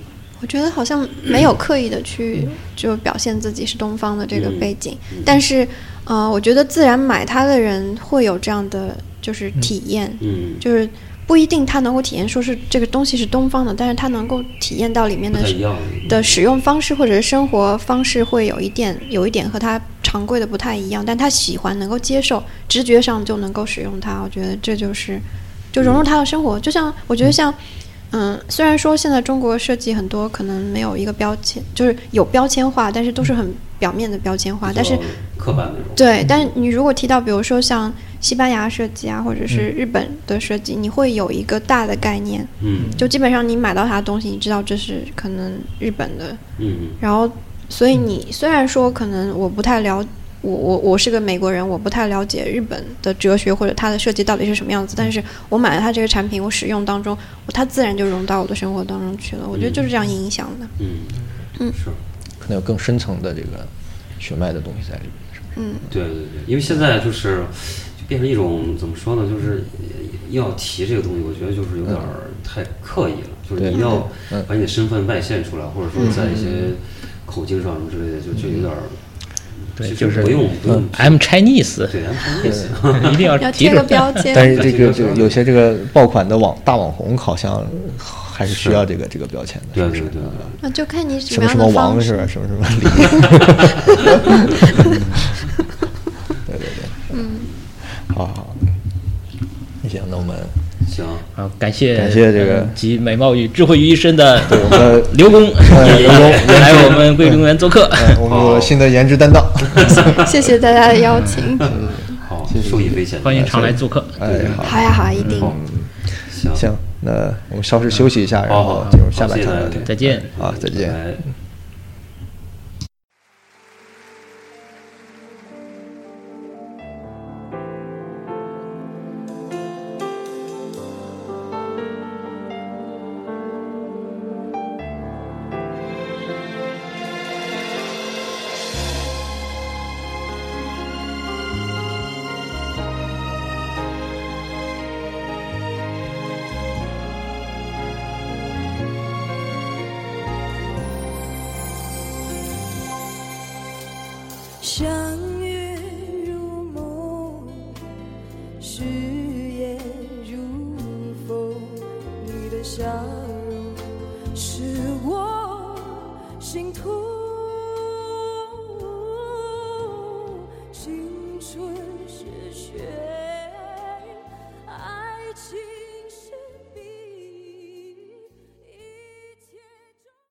Speaker 7: 我觉得好像没有刻意的去就表现自己是东方的这个背景，
Speaker 3: 嗯嗯
Speaker 7: 但是，呃，我觉得自然买它的人会有这样的就是体验，
Speaker 3: 嗯，
Speaker 7: 就是不一定他能够体验说是这个东西是东方的，但是他能够体验到里面
Speaker 3: 不
Speaker 7: 的
Speaker 3: 太一样。
Speaker 7: 的使用方式或者是生活方式会有一点有一点和他常规的不太一样，但他喜欢能够接受，直觉上就能够使用它。我觉得这就是就融入他的生活，就像我觉得像。嗯，虽然说现在中国设计很多可能没有一个标签，就是有标签化，但是都是很表面的标签化。但是
Speaker 3: 比较刻板那种。
Speaker 4: 嗯
Speaker 7: 对，但是你如果提到，比如说像西班牙设计啊，或者
Speaker 4: 嗯
Speaker 7: 是日本的设计，你会有一个大的概念，
Speaker 3: 嗯
Speaker 7: 就基本上你买到它的东西，你知道这是可能日本的
Speaker 3: 嗯
Speaker 7: 然后，所以
Speaker 4: 嗯
Speaker 7: 你虽然说可能我不太了，我我我是个美国人，我不太了解日本的哲学或者它的设计到底是什么样子，
Speaker 4: 嗯
Speaker 7: 但是我买了它这个产品，我使用当中，我它自然就融到我的生活当中去了。我
Speaker 4: 嗯
Speaker 7: 觉得就是这样影响的。
Speaker 3: 嗯嗯，是。
Speaker 4: 可能有更深层的这个血脉的东西在里面。是吧
Speaker 3: 对对对，因为现在就是就变成一种怎么说呢，就是要提这个东西，我觉得就是有点儿太刻意了，就是
Speaker 4: 对
Speaker 3: 你要
Speaker 4: 嗯
Speaker 3: 把你的身份外现出来，或者说在一些口径上什么之类的，就就有点儿。
Speaker 1: 对，
Speaker 3: 其实
Speaker 1: 就是
Speaker 3: 不用不用
Speaker 1: 嗯 I'm Chinese，
Speaker 3: 对，还
Speaker 1: 嗯
Speaker 3: 是意思。
Speaker 1: 一定要
Speaker 7: 要
Speaker 1: 提
Speaker 7: 贴
Speaker 1: 出
Speaker 7: 个
Speaker 1: 来。
Speaker 7: 标
Speaker 3: 嗯
Speaker 4: 但
Speaker 7: 签，
Speaker 4: 是这个这个有些这个爆款的网大网红好像还是需要这个这个标签的。
Speaker 3: 对
Speaker 4: 是不
Speaker 3: 对
Speaker 4: 是
Speaker 3: 对对，
Speaker 7: 那就看你
Speaker 4: 什么
Speaker 7: 么样
Speaker 4: 什么
Speaker 7: 的
Speaker 4: 王
Speaker 7: 方
Speaker 4: 是
Speaker 7: 式。
Speaker 4: 吧？什么什么 李。 对对对。嗯。好好。那行，那我们
Speaker 3: 行，
Speaker 1: 啊，感谢
Speaker 4: 感谢这个
Speaker 1: 嗯集美貌与智慧于一身的
Speaker 4: 我们
Speaker 1: 刘工，
Speaker 4: 哎刘工嗯
Speaker 1: 来我们桂林公园做客。
Speaker 4: 哎我们有了新的颜值担当。
Speaker 7: 谢谢大家的邀请。
Speaker 3: 好，受益匪浅。嗯
Speaker 1: 欢迎常来做客。
Speaker 4: 哎，好。
Speaker 7: 好呀，好呀，一定。
Speaker 3: 行，
Speaker 4: 行，那我们稍事休息一下，然
Speaker 3: 好好
Speaker 4: 后
Speaker 3: 好
Speaker 4: 进入下
Speaker 3: 好
Speaker 4: 半
Speaker 3: 谢谢
Speaker 4: 场
Speaker 3: 大
Speaker 4: 聊
Speaker 3: 家
Speaker 4: 天。
Speaker 1: 再见。
Speaker 4: 啊，再见。
Speaker 3: 拜拜
Speaker 2: 相约如梦，誓言如风。你的笑容是我信徒